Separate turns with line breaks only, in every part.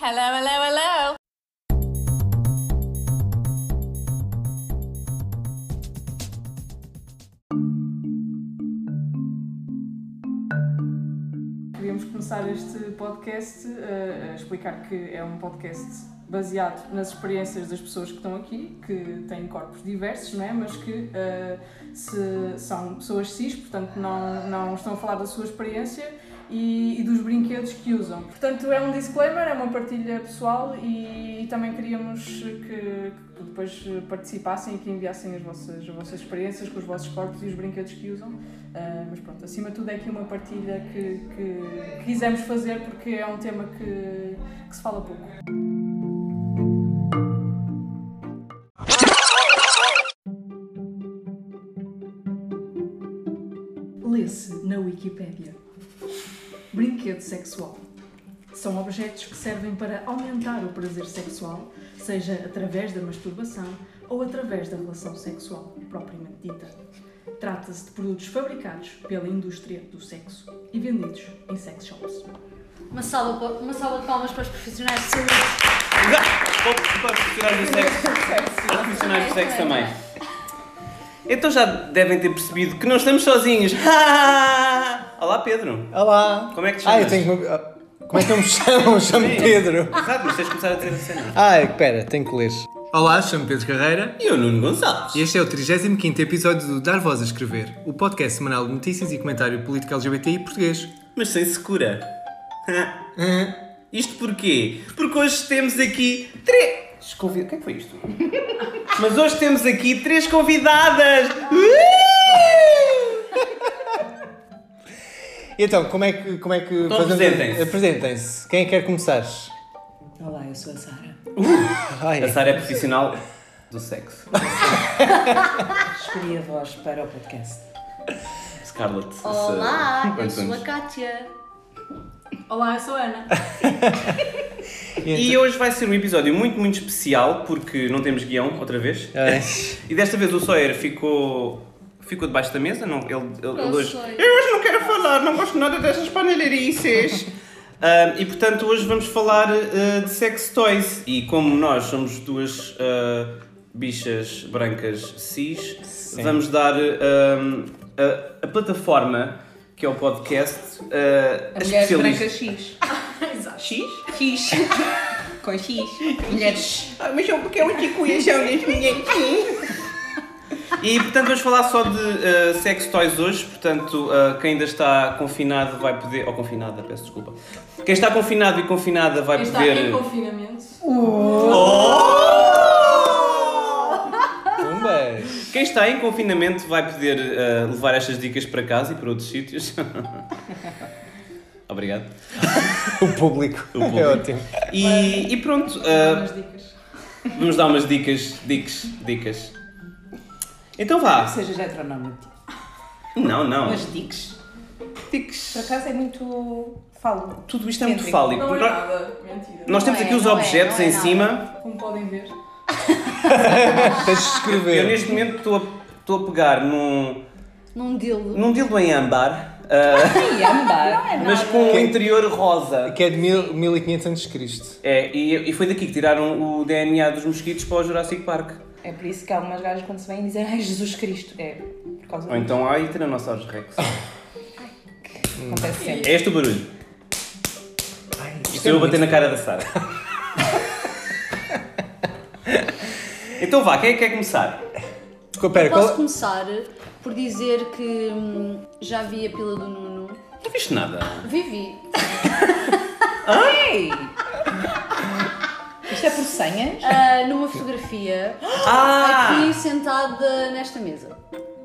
Hello, hello, hello!
Queríamos começar este podcast uh, a explicar que é um podcast baseado nas experiências das pessoas que estão aqui, que têm corpos diversos, não é? mas que uh, se- são pessoas cis, portanto não, não estão a falar da sua experiência e, e dos brinquedos que usam. Portanto, é um disclaimer, é uma partilha pessoal e também queríamos que, que depois participassem e que enviassem as vossas, as vossas experiências com os vossos corpos e os brinquedos que usam. Uh, mas pronto, acima de tudo é aqui uma partilha que, que quisemos fazer porque é um tema que, que se fala pouco. Lê-se na Wikipédia. Brinquedo sexual. São objetos que servem para aumentar o prazer sexual, seja através da masturbação ou através da relação sexual propriamente dita. Trata-se de produtos fabricados pela indústria do sexo e vendidos em sex shops.
Uma salva, pa- uma salva de palmas para os profissionais de saúde.
Profissionais do sexo. Profissionais do sexo também. Então já devem ter percebido que não estamos sozinhos. Olá Pedro.
Olá!
Como é que te
Ah, eu
chamas?
tenho que me- ah, Como é que eu me chamo? Chamo-me Pedro.
Exato, mas tens de começar a dizer a cena.
Ai, pera, tenho que ler. Olá, chamo Pedro Carreira
E o Nuno Gonçalves.
e este é o 35 episódio do Dar Voz a Escrever, o podcast semanal de notícias e comentário político LGBTI português.
Mas sem secura. Isto porquê? Porque hoje temos aqui três convidadas. O que é que foi isto? Mas hoje temos aqui três convidadas! Uh!
Então, como é que. Como é que
Então apresentem-se.
Apresentem-se. Quem é quer começar?
Olá, eu sou a Sara.
Ai,
A Sara é profissional do sexo.
Escolhi a voz para o podcast.
Scarlett. se-
Olá, eu
quantos
sou a
anos?
Kátia.
Olá, eu sou a Ana.
E hoje vai ser um episódio muito, muito especial porque não temos guião outra vez.
Ai.
E desta vez o Sawyer ficou. ficou debaixo da mesa, não? Ele, ele, ele
o
hoje.
Sawyer.
Eu hoje não quero falar, não gosto nada dessas panelerices. Ah, e portanto hoje vamos falar ah, de sex toys. E como nós somos duas ah, bichas brancas cis, vamos dar ah, a, a plataforma que é o podcast. ah, a
Mulheres
especialista-
brancas X. X? X. Com X. Mulheres. Ah, mas eu porque é um tipo e são das mulheres.
E portanto vamos falar só de uh, sex toys hoje, portanto uh, quem ainda está confinado vai poder. Ou confinada, peço desculpa. Quem está confinado e confinada vai
Está em
poder.
confinamento.
tumbas.
Quem está em confinamento vai poder uh, levar estas dicas para casa e para outros sítios. Obrigado.
O público.
O público.
É ótimo.
E, e pronto, uh,
Umas dicas.
vamos dar umas dicas, dicas, dicas. Então vá.
Seja heteronómico.
Não, não.
Mas dicas.
dicas.
Por acaso é muito. Falo.
Tudo isto é muito
Cêntrico.
fálico.
Não é
Nós,
nada. Mentira.
nós temos
Não é,
aqui os
não é,
objetos
não é
em
nada.
cima.
Como podem ver,
Tens de
Eu
escrever.
neste momento estou a, estou a pegar num,
Num dildo.
num dildo em âmbar, ah,
É
E ambar.
mas com um interior rosa.
Que é de mil- 1500 antes de Cristo.
É, e, e foi daqui que tiraram o DNA dos mosquitos para o Jurassic Park.
É por isso que algumas gajas quando se vêm dizem Ai Jesus Cristo. É por causa
Ou
disso.
então, ai, Tiranossauros Rex.
Acontece sempre.
É este o barulho. Isto é eu vou bater na cara da Sara. então vá, quem é que quer começar?
Co-
É,
Pera,
Posso
qual...
começar por dizer que hum, já vi a pila do Nuno.
Não viste nada.
Vivi.
Ei! Isto é por senhas?
ah, numa fotografia.
Ah!
Aqui sentada nesta mesa.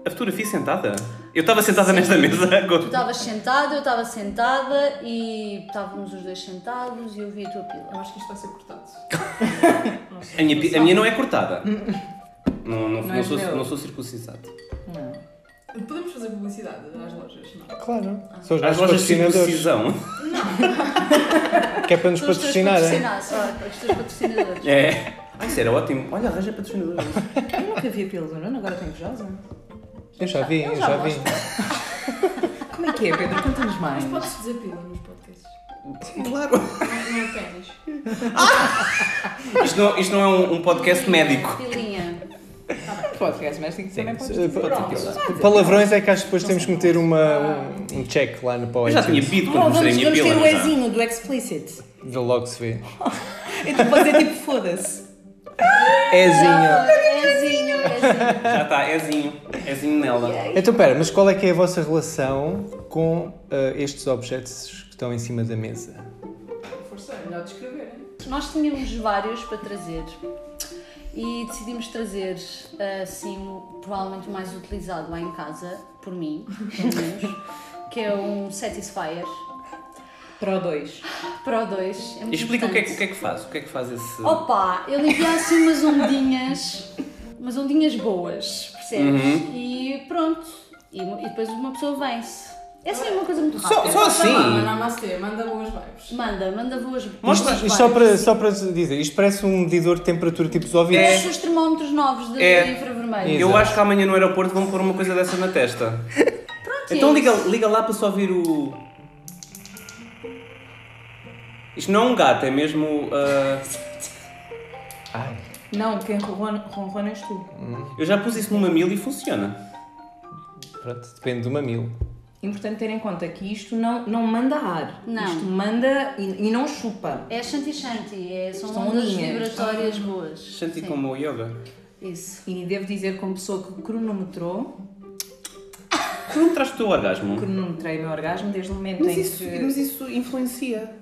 A fotografia sentada? Eu estava sentada nesta mesa
Tu
agora.
estavas sentada, eu estava sentada e estávamos os dois sentados e eu vi a tua pila.
eu acho que isto vai ser cortado.
A minha, pi- a minha um. não é cortada. Não, não, não
é
sou,
meu.
não sou circuncisado.
Não.
Podemos fazer publicidade às lojas, não?
Claro. São os
As
nossos
lojas de
patrocinadores.
circuncisão.
Que é para nos
Os teus
patrocinar, é?
patrocinados, olha, Os teus patrocinadores.
É. Ah, isso era ótimo. Olha, arranja patrocinadores.
Eu nunca vi a pílula do Nuno, agora tenho invejosa.
Eu já vi, eu
Ele já
já vi.
Como é que é, Pedro? Conta-nos mais.
Mas podes dizer pila nos podcasts.
Claro.
Não não é pênis.
Isto não, isto não é um, um podcast médico.
Pilinha.
Podcast, mas tem que ser bem
Sim,
posto.
sim, Palavrões é que acho que depois temos que meter uma, um, um check lá no
Eu já
Power
tinha pedido quando mostrei a
vamos,
minha
vamos
pila.
ter o
não já?
Ezinho do Explicit.
Vê logo se vê.
Então vou dizer tipo foda-se.
Ah.
Ézinho.
Ezinho, Ezinho.
Já está, Ezinho. Ezinho nela.
Então pera, mas qual é que é a vossa relação com ah, estes objetos que estão em cima da mesa?
Força, é melhor descrever, hein?
Nós tínhamos vários para trazer e decidimos trazer assim, o- provavelmente o mais utilizado lá em casa, por mim, pelo menos, que é um Satisfyer
Pro 2.
Pro 2. É
E
muito
Explica o que, é, que- o
importante.
que é que faz. O que é que faz esse.
Opa, eu limpia assim umas ondinhas, umas ondinhas boas, percebes?
Uhum.
E pronto, e, e depois uma pessoa vence. É assim uma coisa muito
Só,
rápida.
só assim.
Manda lá, namastê, manda boas vibes.
Manda, manda boas.
Mostra-
boas
Isto só para,
vibes.
só para dizer, isto parece um medidor de temperatura tipo os ouvidos.
Parece os termómetros novos da
É.
da infravermelho.
Eu acho que amanhã no aeroporto vão pôr uma coisa dessa na testa.
é
Então liga, liga lá para só ver o. Isto não é um gato, é mesmo. ah,
Ai,
Não, quem ronrona ronrona és tu.
eu já pus isso numa mamilo e funciona.
pronto, depende do mamilo.
Importante ter em conta que isto não, não manda ar.
Não.
Isto manda e, e não chupa.
É shanti shanti, é, são
São
ondas
linhas.
vibratórias
Ah.
boas.
Shanti
Sim,
como o yoga.
Isso.
E devo dizer como pessoa que cronometrou,
Tu não traz o teu orgasmo?
cronometrei o meu orgasmo desde o momento em que...
isso influencia.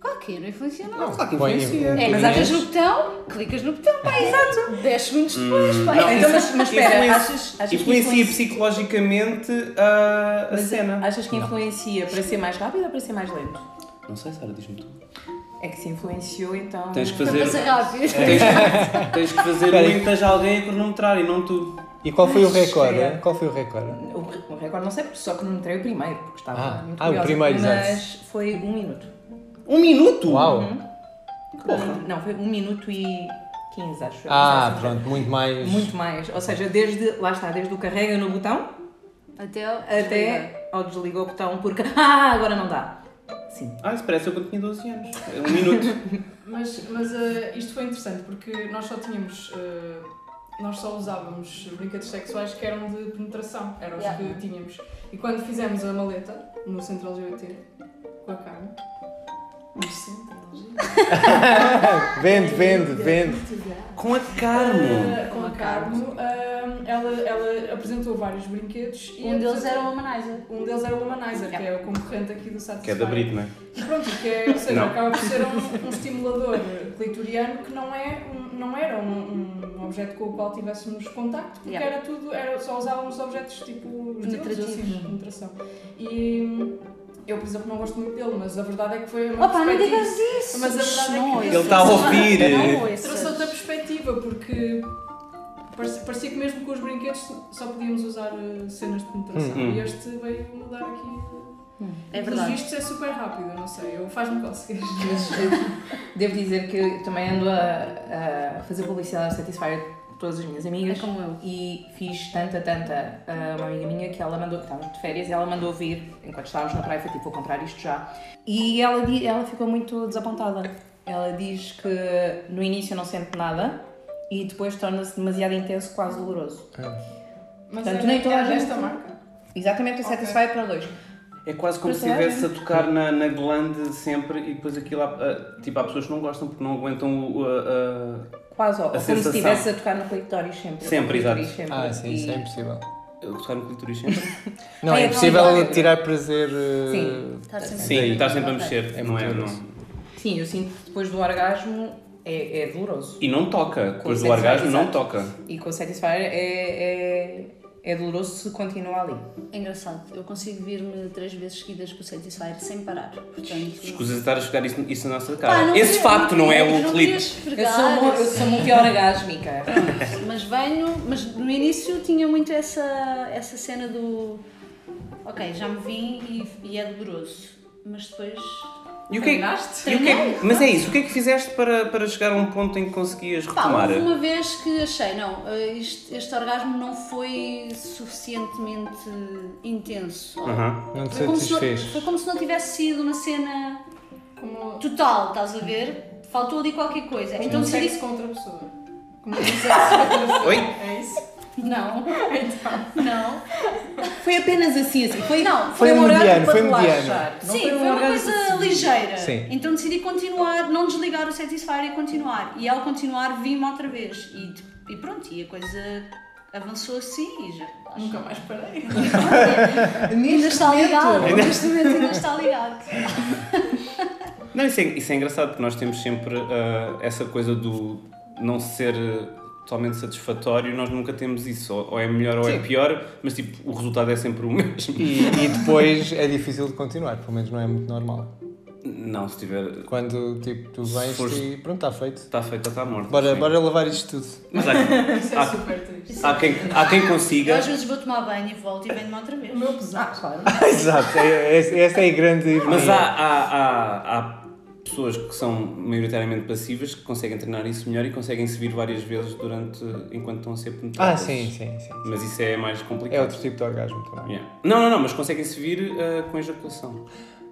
Qual que é? Não influencia nada.
Claro que
Põe-
influencia.
É,
Mas
mas
às
clicas no botão, clicas no botão, pá, exato. 10 segundos depois, pá.
É.
é
Hum. Não,
Então,
isso-
mas, mas espera,
influencia-
achas, achas que
influencia
influencia,
psicologicamente a, a
mas
cena.
achas que influencia para ser mais rápido ou para ser mais lento?
Não sei, Sara, diz-me tu.
É que se influenciou, então...
Tens que
Então
fazer. É.
passa rápido.
Tens, tens que fazer o intas a alguém a cronometrar e não tu.
E qual foi o recorde?
Espera.
Qual foi o recorde?
O, o recorde não sei, porque só cronometrei o primeiro, porque estava
Ah,
muito
ah, o
curiosa.
primeiro, exato.
Mas foi um minuto.
Um minuto?
Uau!
Um- não, foi um minuto e 15, acho. eu.
Ah,
Não sei se
pronto, muito mais.
Muito mais. Ou seja, desde, lá está, desde o carrega no botão
Até ao-
até ao desliga o botão porque ah, agora não dá. Sim.
Ah, isso parece eu quando tinha 12 anos. É Um minuto.
Mas, mas eh, isto foi interessante porque nós só tínhamos. eh, nós só usávamos brinquedos sexuais que eram de penetração, eram os
Yeah.
que tínhamos. E quando fizemos a maleta no centro LGBT com a Carmen. Eh, No centro LGBT.
Vende, vende, vende.
Com a Carmo.
eh, com a Carmo, eh, ela, ela apresentou vários brinquedos e
Um deles é
apresentou-
era o Amanizer.
Um deles era o Womanizer, que é o concorrente aqui do Satisfyer.
Que é da Britney.
E Pronto, que é, ou seja,
Não.
acaba por ser um, um estimulador clitoriano que não, é um- não era um, um objeto com o qual tivéssemos contacto, porque
Yeah.
era tudo, era, só usávamos objetos tipo os dedos,
Penetrativos.
assim, de penetração. E hum, eu, por exemplo, não gosto muito dele, mas a verdade é que foi uma
Opa, não
perspectiva-
digas isso.
Mas a verdade é que-
não,
Ele
ouças.
tá a ouvir.
Não
Trouxe outra
ouças.
perspectiva, porque parecia, parecia que mesmo com os brinquedos só podíamos usar eh, cenas de penetração.
Uhum.
E este veio mudar aqui.
É
Pelos
verdade.
vistos é super rápido, não sei, eu faz-me cócegas.
Mas eu devo dizer que eu também ando a, a fazer publicidade a Satisfyer de todas as minhas
É
amigas.
como eu.
E fiz tanta, tanta a uma amiga minha que ela mandou, estávamos de férias, e ela mandou vir, enquanto estávamos na praia, foi tipo, vou comprar isto já. E ela, di- ela ficou muito desapontada. Ela diz que no início não sente nada e depois torna-se demasiado intenso, quase doloroso.
Mas
Portanto,
é-
nem toda
é
a gente-
desta marca.
Exatamente, a
Ok.
Satisfyer para dois.
É quase como se
Pois é.
estivesse a tocar na, na glande sempre e depois aquilo. há- ah, tipo, há pessoas que não gostam porque não aguentam o. ah, ah,
Quase, ou, ou
A
como se
sensação.
estivesse a tocar no clitóris sempre.
Sempre,
No clitóris
exato.
sempre.
Ah, sim, isso
E-
é impossível.
eu tocar no clitoris sempre.
Não,
É,
é
não,
impossível
claro.
tirar prazer. eh,
Sim.
Estar Tá sempre
Sim,
bem.
está sempre a
Ok.
mexer.
É
não é?
muito
Não.
grosso.
Sim, eu sinto que depois do orgasmo é, é doloroso.
E não toca. Depois do
certeza,
orgasmo, não
exato.
toca.
E com o Satisfyer é, é, É doloroso se continua ali.
É engraçado, eu consigo vir-me três vezes seguidas com o Satisfyer sem parar. Portanto,
Escusa de estar a jogar isso, isso na nossa
Pá,
cara.
não
Esse
queria-
facto não é o
não queria
clipe.
Eu
esfregar,
sou, mu- eu sou multi-orgásmica.
Mas venho, mas no início tinha muito essa, essa cena do ok, já me vim e, e é doloroso. Mas depois.
E o que é que- e o que é que- Mas é isso, o que é que fizeste para, para chegar a um ponto em que conseguias
Pá, um
retomar?
houve uma vez que achei, não, eh, este, este orgasmo não foi suficientemente intenso.
Aham.
Não te
Foi como, se não,
satisfez.
foi como se não tivesse sido uma cena
Como
total, estás a ver? Faltou ali qualquer coisa. Então
um
decidi
sexo com outra pessoa. Como um sexo com outra pessoa.
Oi?
É isso?
Não,
Então,
não.
Foi apenas assim, assim. Foi,
Não,
Foi
um horário
mediano,
para
foi mediano.
relaxar. Não
Sim, foi
um
uma
horário
coisa
assim.
ligeira.
Sim.
Então decidi continuar, não desligar o Satisfyer e continuar. E ao continuar, vim-me outra vez. E, de- e pronto, e a coisa avançou assim e já.
nunca mais parei.
Ainda está ligado, neste momento ainda está ligado.
Não, isso é, isso é engraçado, porque nós temos sempre ah, essa coisa do não ser ah, totalmente satisfatório, nós nunca temos isso. Ou, ou é melhor ou é pior, mas tipo, o resultado é sempre o mesmo.
E, e depois é difícil de continuar, pelo menos não é muito normal.
Não, se tiver.
Quando tipo, tu vens
Foste-
e pronto, está feito.
Está feito, está morto.
Bora,
sim.
bora lavar isto tudo.
Mas há,
Isso é
há,
super triste.
há quem, há quem
Eu
consiga.
às vezes vou tomar banho e volto e venho-me outra vez.
O meu pesar.
Exato, é- é- essa é a grande ironia.
Mas há, há, há, há pessoas que são maioritariamente passivas que conseguem treinar isso melhor e conseguem se vir várias vezes durante. enquanto estão a ser
Ah,
penetradas.
sim, sim, sim.
Mas isso é mais complicado.
É outro tipo de orgasmo também.
Yeah. Não, não, não, mas conseguem se vir ah, com ejaculação.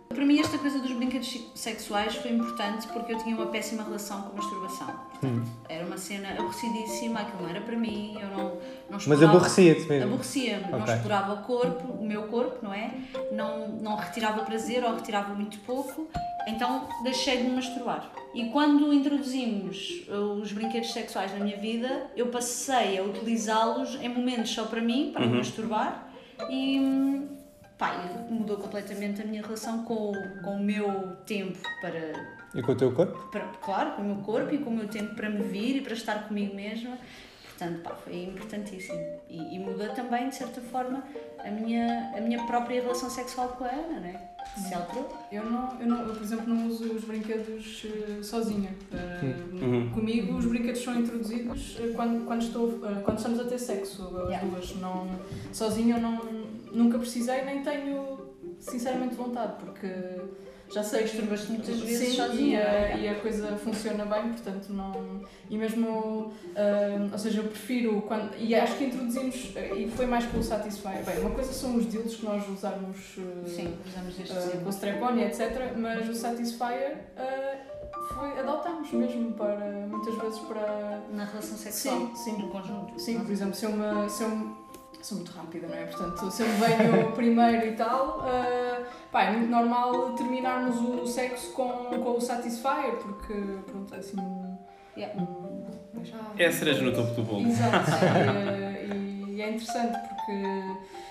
Para mim, esta coisa dos brinquedos sexuais foi importante porque eu tinha uma péssima relação com a masturbação. Portanto, Era uma cena aborrecidíssima, aquilo não era para mim, eu não, não
Mas
explorava-
aborrecia-te mesmo.
Aborrecia-me, não
Ok.
explorava o corpo, o meu corpo, não é? Não, não retirava prazer ou retirava muito pouco, então deixei de me masturbar. E quando introduzimos uh, os brinquedos sexuais na minha vida, eu passei a utilizá-los em momentos só para mim, para
Uhum.
me masturbar, e hum, pá, e mudou completamente a minha relação com, o- com o meu tempo para
E com o teu corpo?
para- claro, com o meu corpo e com o meu tempo para me vir e para estar comigo mesma. Portanto, pá, foi importantíssimo. E, e muda também, de certa forma, a minha, a minha própria relação sexual com a Ana, não é? Que Se alterou.
Eu, não, eu, não, eu, por exemplo, não uso os brinquedos eh, sozinha. Eh,
Uhum.
Comigo, os brinquedos são introduzidos eh, quando, quando, estou, eh, quando estamos a ter sexo, as
Yeah.
duas. Não, sozinha eu não, nunca precisei, nem tenho, sinceramente, vontade, porque já sei que
Masturbaste muitas vezes
Sim,
sozinha.
E a,
não é?
e a coisa funciona bem, portanto não. E mesmo. ah, ou seja, eu prefiro quando. E acho que introduzimos. eh, E foi mais pelo Satisfy. Bem, uma coisa são os dildos que nós usamos. ah,
Sim, usamos este
ah, com
exemplo.
o strap-on e etc. Mas o Satisfyer ah, foi, adotámos mesmo para. Muitas vezes para.
Na relação sexual,
Sim, sim.
no conjunto.
Sim,
não é?
por exemplo, se eu me. Se eu me Sou muito rápida, não é? Portanto, se eu me venho primeiro e tal, ah, pá, é muito normal terminarmos o sexo com, com o Satisfyer, porque, pronto, é assim.
Yeah.
um- já-
É a cereja no topo do bolo.
Exato, é, e é interessante porque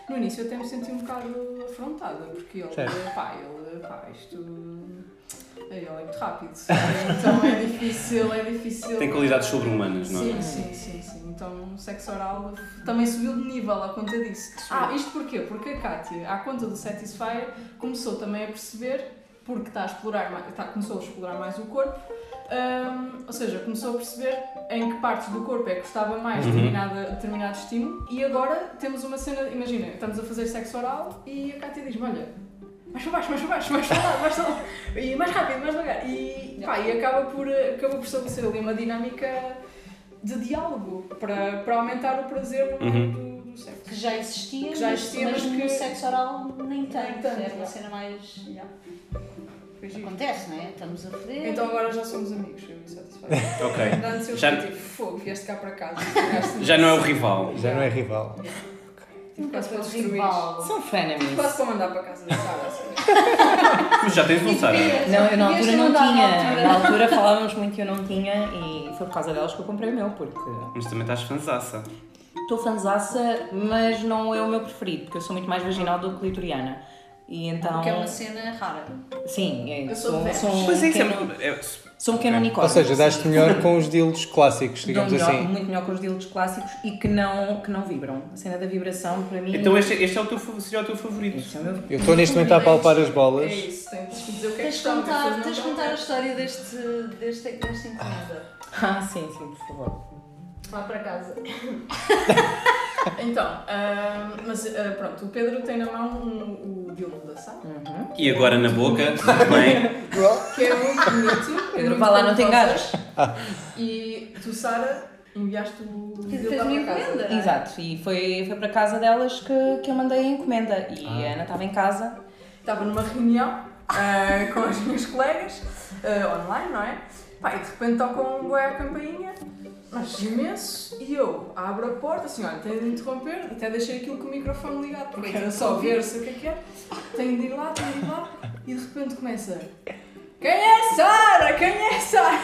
no início eu até me senti um bocado afrontada, porque ele,
Certo.
pá, ele, pá, isto. Ele é muito rápido, então é difícil, é difícil.
Tem qualidades sobre-humanas, não é?
Sim, sim, sim, sim. Então o sexo oral também subiu de nível à conta disso. Ah, isto porquê? Porque a Kátia, à conta do Satisfyer, começou também a perceber, porque está a explorar mais, está, começou a explorar mais o corpo, hum, ou seja, começou a perceber em que partes do corpo é que gostava mais de
Uhum.
determinada, determinado estímulo. E agora temos uma cena, imagina, estamos a fazer sexo oral e a Kátia diz-me, olha, mais para baixo, mais para baixo, mais para lá, mais para lá, e mais rápido, mais devagar. E, pá, e acaba por, acaba por estabelecer ali uma dinâmica de diálogo para, para aumentar o prazer no
Uhum.
do, do sexo.
Que já existia,
Que já existia,
mas,
mas
no
que-
sexo oral nem tanto.
tanto,
é uma
yeah.
cena mais.
Foi giro.
Acontece, não é? Estamos a foder.
Então agora já somos amigos, eu me satisfaço.
Ok.
Antes eu
Já-
já... tipo, fogo, vieste cá para casa. ficaste-
Já não é o rival.
Já não é rival.
Tive Tipo, quase para
Aquele
destruir.
um rival.
São
Tive
frenemies.
Quase para mandar para casa da Sara. assim.
Mas já tens um Sara.
Não, eu na
Devias
altura
ter
não
mandado na
tinha.
altura.
Na altura falávamos muito que eu não tinha e foi por causa delas que eu comprei o meu, porque
Mas também estás fanzaça.
estou fanzaça, mas não é o meu preferido, porque eu sou muito mais vaginal do que clitoriana. E então.
Que é uma cena rara.
Sim, é.
Eu sou
sou,
de
sou um
Pois é, isso é,
pequeno,
muito- é-
sou um pequeno unicórnio.
Ou seja,
assim.
daste melhor com os dildos clássicos,
Dou
digamos
melhor,
assim.
muito melhor com os dildos clássicos e que não, que não vibram. A cena da vibração, para mim.
Então este, este é o teu, fa- seria o teu favorito.
Esse é o meu-
Eu estou neste momento a palpar as
É
bolas.
isso, tens que dizer o que é que
Tens de
estão.
contar, tens de contar a história deste, deste, desta encomenda.
Ah, sim, sim, por favor.
Vá para casa. então, ah, mas ah, pronto, o Pedro tem na mão um- o dildo da Sara,
Hum.
E agora na boca, também.
que é muito bonito.
Pedro,
muito
vá lá, não te
bonito.
engajas.
E tu, Sara, enviaste o
Que
dildo
fez
lá
uma
para casa.
encomenda.
Exato, e foi, foi para casa delas que, que eu mandei a encomenda.
Ah.
E a Ana estava em casa.
Estava numa reunião ah, com as minhas colegas, ah, online, não é? Pá, e de repente tocam um boi à campainha, mas imenso, e eu abro a porta, assim, olha, tenho de interromper, até deixei aquilo com o microfone ligado, porque era só ver-se o que é que é. Tenho de ir lá, tenho de ir lá, e de repente começa... Quem é a Sara? Quem é a Sara?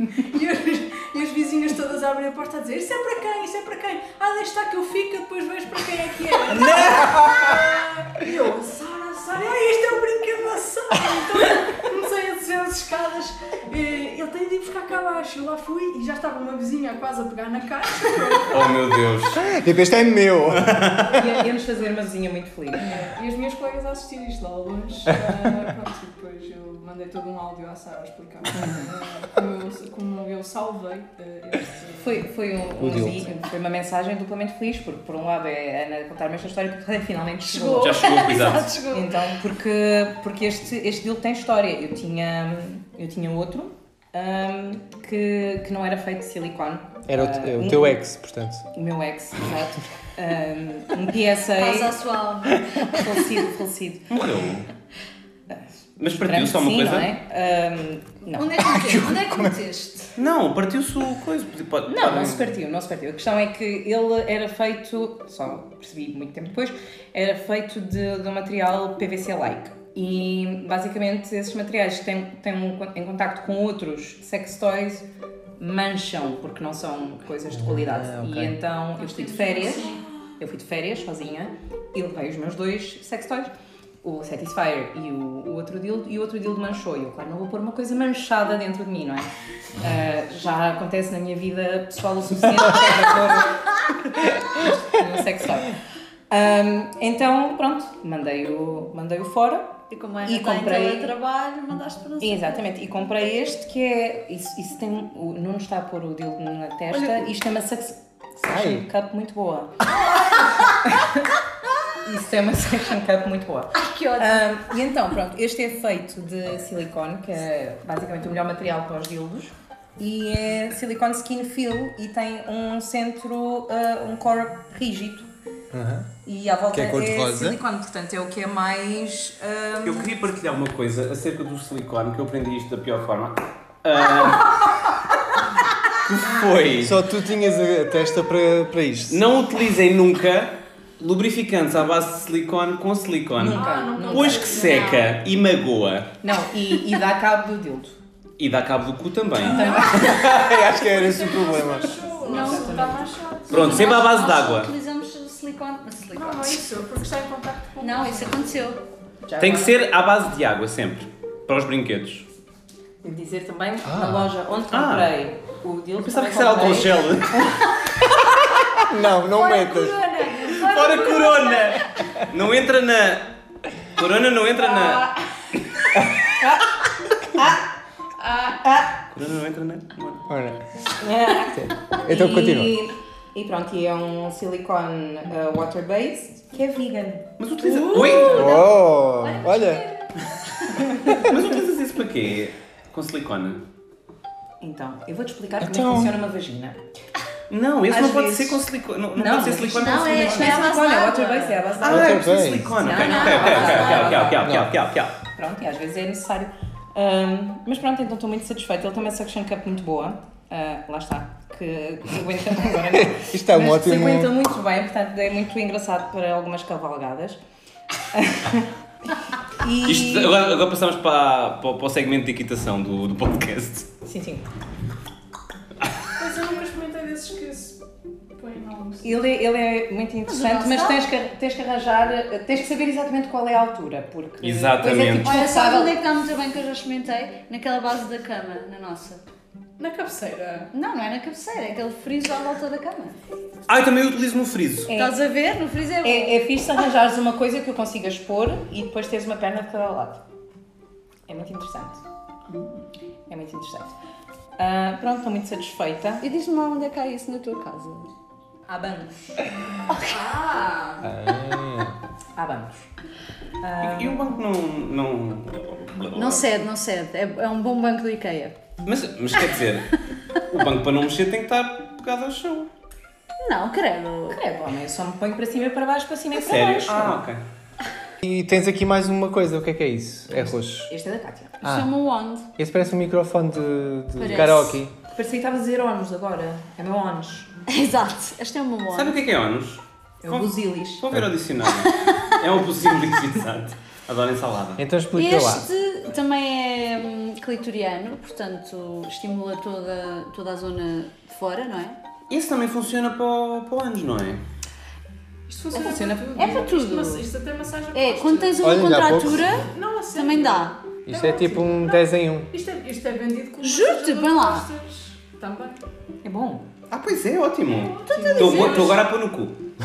E os, e os vizinhos todas abrem a porta a dizer: Isso é para quem? Isso é para quem? Ah, deixa estar que eu fico, eu depois vejo para quem é que é. E eu, Sara, Sara, ah, este é o brinquedo da Sara. Então comecei a descer as escadas. E eu tenho de ir buscar cá abaixo. Eu lá fui e já estava uma vizinha quase a pegar na caixa.
Oh meu Deus.
Tipo, este é meu!
E íamos fazer uma vizinha muito feliz.
E as minhas colegas a assistir isto lá ao longe. Ah, pronto, e depois eu mandei todo um áudio à Sara a explicar ah, como, eu, como eu salvei ah, este.
Foi, foi, um, um
dildo.
vi- foi uma mensagem duplamente feliz, porque por um lado é a Ana contar-me esta história, porque ela finalmente chegou.
Já chegou, cuidado.
Então, porque, porque este, este deal tem história. Eu tinha, eu tinha outro hum, que, que não era feito de silicone.
Era o,
Ah,
te- é o
um-
teu ex, portanto.
O meu ex, exato. Hum, um PSA
Passa a sua alma.
falecido, falecido.
Morreu. Mas partiu
Esperamos
só uma
que sim,
coisa?
Não, é? Hum,
Um
não.
Onde é que meteste? Onde é que meteste?
Não, partiu-se o coisa. Pode- pode-
Não, não
podem-
se partiu, não se partiu. A questão é que ele era feito, só percebi muito tempo depois, era feito de, de um material PVC-like. E basicamente esses materiais que têm, têm um con- em contacto com outros sex toys mancham, porque não são coisas de qualidade.
Ah, ok.
E então eu fui de férias, eu fui de férias sozinha e levei os meus dois sex toys. O Satisfyer e o, o outro dildo, e o outro dildo manchou. E eu, claro, não vou pôr uma coisa manchada dentro de mim, não é? Uh, já acontece na minha vida pessoal o suficiente para pôr um sex toy. Um, então, pronto, mandei-o mandei fora.
E como é
E
que está em
comprei-
teletrabalho, mandaste para não sei
Exatamente, e comprei este que é. Isso, isso tem. O Nuno está a pôr o dildo na testa. Isto é uma sex-
Ai.
section cup muito boa. Isso é uma section cup muito boa.
Ai, que ódio.
Ah, e então, pronto, este é feito de silicone, que é basicamente o melhor material para os dildos. E é silicone skin feel e tem um centro, ah, um core rígido. E à volta
Que é cor-de-rosa.
silicone, portanto é o que é mais. ah,
Eu queria partilhar uma coisa acerca do silicone, que eu aprendi isto da pior forma. Ah, que foi.
Só tu tinhas a a testa para, para isto.
Não utilizem nunca lubrificantes à base de silicone com silicone.
Ah, não pode
Pois
ser.
que seca e magoa.
Não, e, e dá cabo do dildo.
E dá cabo do cu também.
Acho que era esse o problema.
Não, não está mais chato.
Pronto, sempre à base
Nós
d'água.
Utilizamos
Não,
silicone.
não é
silicone.
isso, porque está em contacto com.
Não, isso aconteceu.
Já
Tem que
agora,
ser à base de água, sempre. Para os brinquedos.
Dizer também
Ah.
na loja onde comprei o
Ah.
dildo.
Eu pensava
também
que isso era álcool
comprei-
gel.
Não, não metas.
Fora corona! Não entra na. Corona não entra na. Corona não entra na.
Ora,
É.
então
E-
continua.
E pronto, e é um silicone uh, water-based que é vegan.
Mas utiliza. Oi!
Oh, olha.
Mas utilizas isso para quê? Com silicone?
Então, eu vou-te explicar como é
Então-
que funciona uma vagina.
Não, esse
Às
não pode
vezes.
ser com silicone. Não, não,
Não,
pode ser
mas
silicone
isto não
com
é-
silicone.
Não é silicone, é
água.
water-based, é a base de
Ah,
água.
é preciso
bem.
silicone. Ok,
Não, não,
ok, ok,
não,
ok, ok,
não,
ok,
não.
ok, ok, ok, ok.
Pronto, e às vezes é necessário. Ahm, mas pronto, então estou muito satisfeita. Ele tem uma suction cup muito boa. Ah, lá está. Que, que aguenta agora não.
Isto é um
Mas
ótimo-
Se aguenta muito bem, portanto é muito engraçado para algumas cavalgadas. e...
Isto, agora, agora passamos para, para, para o segmento de equitação do, do podcast.
Sim, sim.
Mas eu nunca experimentei desses que se põem
Ele, é- ele é muito interessante, mas, tens, que, tens que arranjar, tens que saber exatamente qual é a altura, porque
Exatamente.
depois é
Olha,
tipo
sabe onde é
sabe,
que está muito bem que eu já experimentei? Naquela base da cama, na nossa.
Na cabeceira.
Não, não é na cabeceira, é aquele friso à volta da cama.
Ah, eu também utilizo no friso.
Estás a ver? No friso é bom.
é, é fixe se arranjares uma coisa que o consigas pôr e depois tens uma perna de cada lado. É muito interessante. É muito interessante. Ah, pronto, estou muito satisfeita.
E diz-me lá onde é que há isso na tua casa.
Há bancos.
Ah!
Há bancos. Ah.
E, e o banco não. não...
Não cede, não cede. É, é um bom banco do IKEA.
Mas, mas quer dizer, o banco para não mexer tem que estar pegado ao chão.
Não, credo.
Credo, homem, eu só me ponho para cima e para baixo, para cima e para
Sério?
É
baixo.
Ah, ok.
E tens aqui mais uma coisa, o que é que é isso? É roxo.
Este é da Kátia.
Chama o onde?
Esse parece um microfone de, de
Parece.
karaoke.
Parecia que estava a dizer ónus agora. É meu ónus.
Exato. Este é o meu onde.
Sabe o que é que é ONUS?
É o busilis.
Vou ver ao dicionário. É um possível exato. Adoro ensalada.
Então explica lá.
Este também é hum, clitoriano, portanto estimula toda, toda a zona de fora, não é?
Isso também funciona para o, para o ânus, não é?
Isto funciona,
Funciona-
para tudo.
é para tudo.
Isto, mas- isto até massagem
É,
para
quando
tudo.
tens uma
Olha, ainda há pouco-
contratura,
Não, a sério.
também dá.
Isto é tipo um 10 em 1.
Isto é, isto é vendido como
Juro-te,
massagem
bem lá.
de costas. Também.
É bom.
Ah, pois é, ótimo.
Então,
Estou estou agora a pôr no cu.
E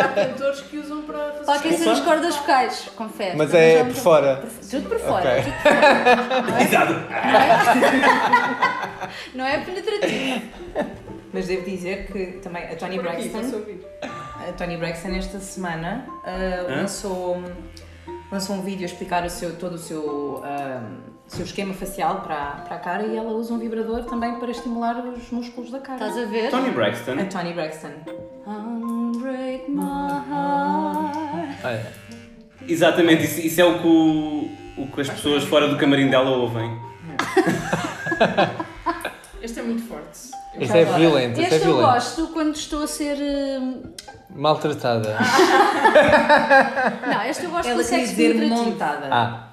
há cantores que usam para fazer
Para aquecer as
Desculpa?
cordas vocais, confesso.
Mas
Também já
é
me-
por fora.
Tudo por fora.
Ok.
tudo por fora, não é?
Exato.
Não é penetrativo.
Mas devo dizer que também a Tony
Por aqui, posso
Braxton,
ouvir.
a Tony Braxton esta semana uh,
Hã?
lançou, lançou um vídeo a explicar o seu, todo o seu, um, seu esquema facial para, para a cara e ela usa um vibrador também para estimular os músculos da cara.
Estás a ver?
Então-
Tony Braxton.
A Tony Braxton.
Unbreak my heart.
Olha,
Exatamente, isso, isso é o que, o, o que as pessoas fora do camarim dela ouvem.
Este é muito forte. Eu
isto é
adoro.
violento, isto é
Este eu
violento.
gosto quando estou a ser. hum,
Maltratada.
Não, este eu gosto
Ela
com
quer
sexo
dizer
penetrativo.
montada.
Ah,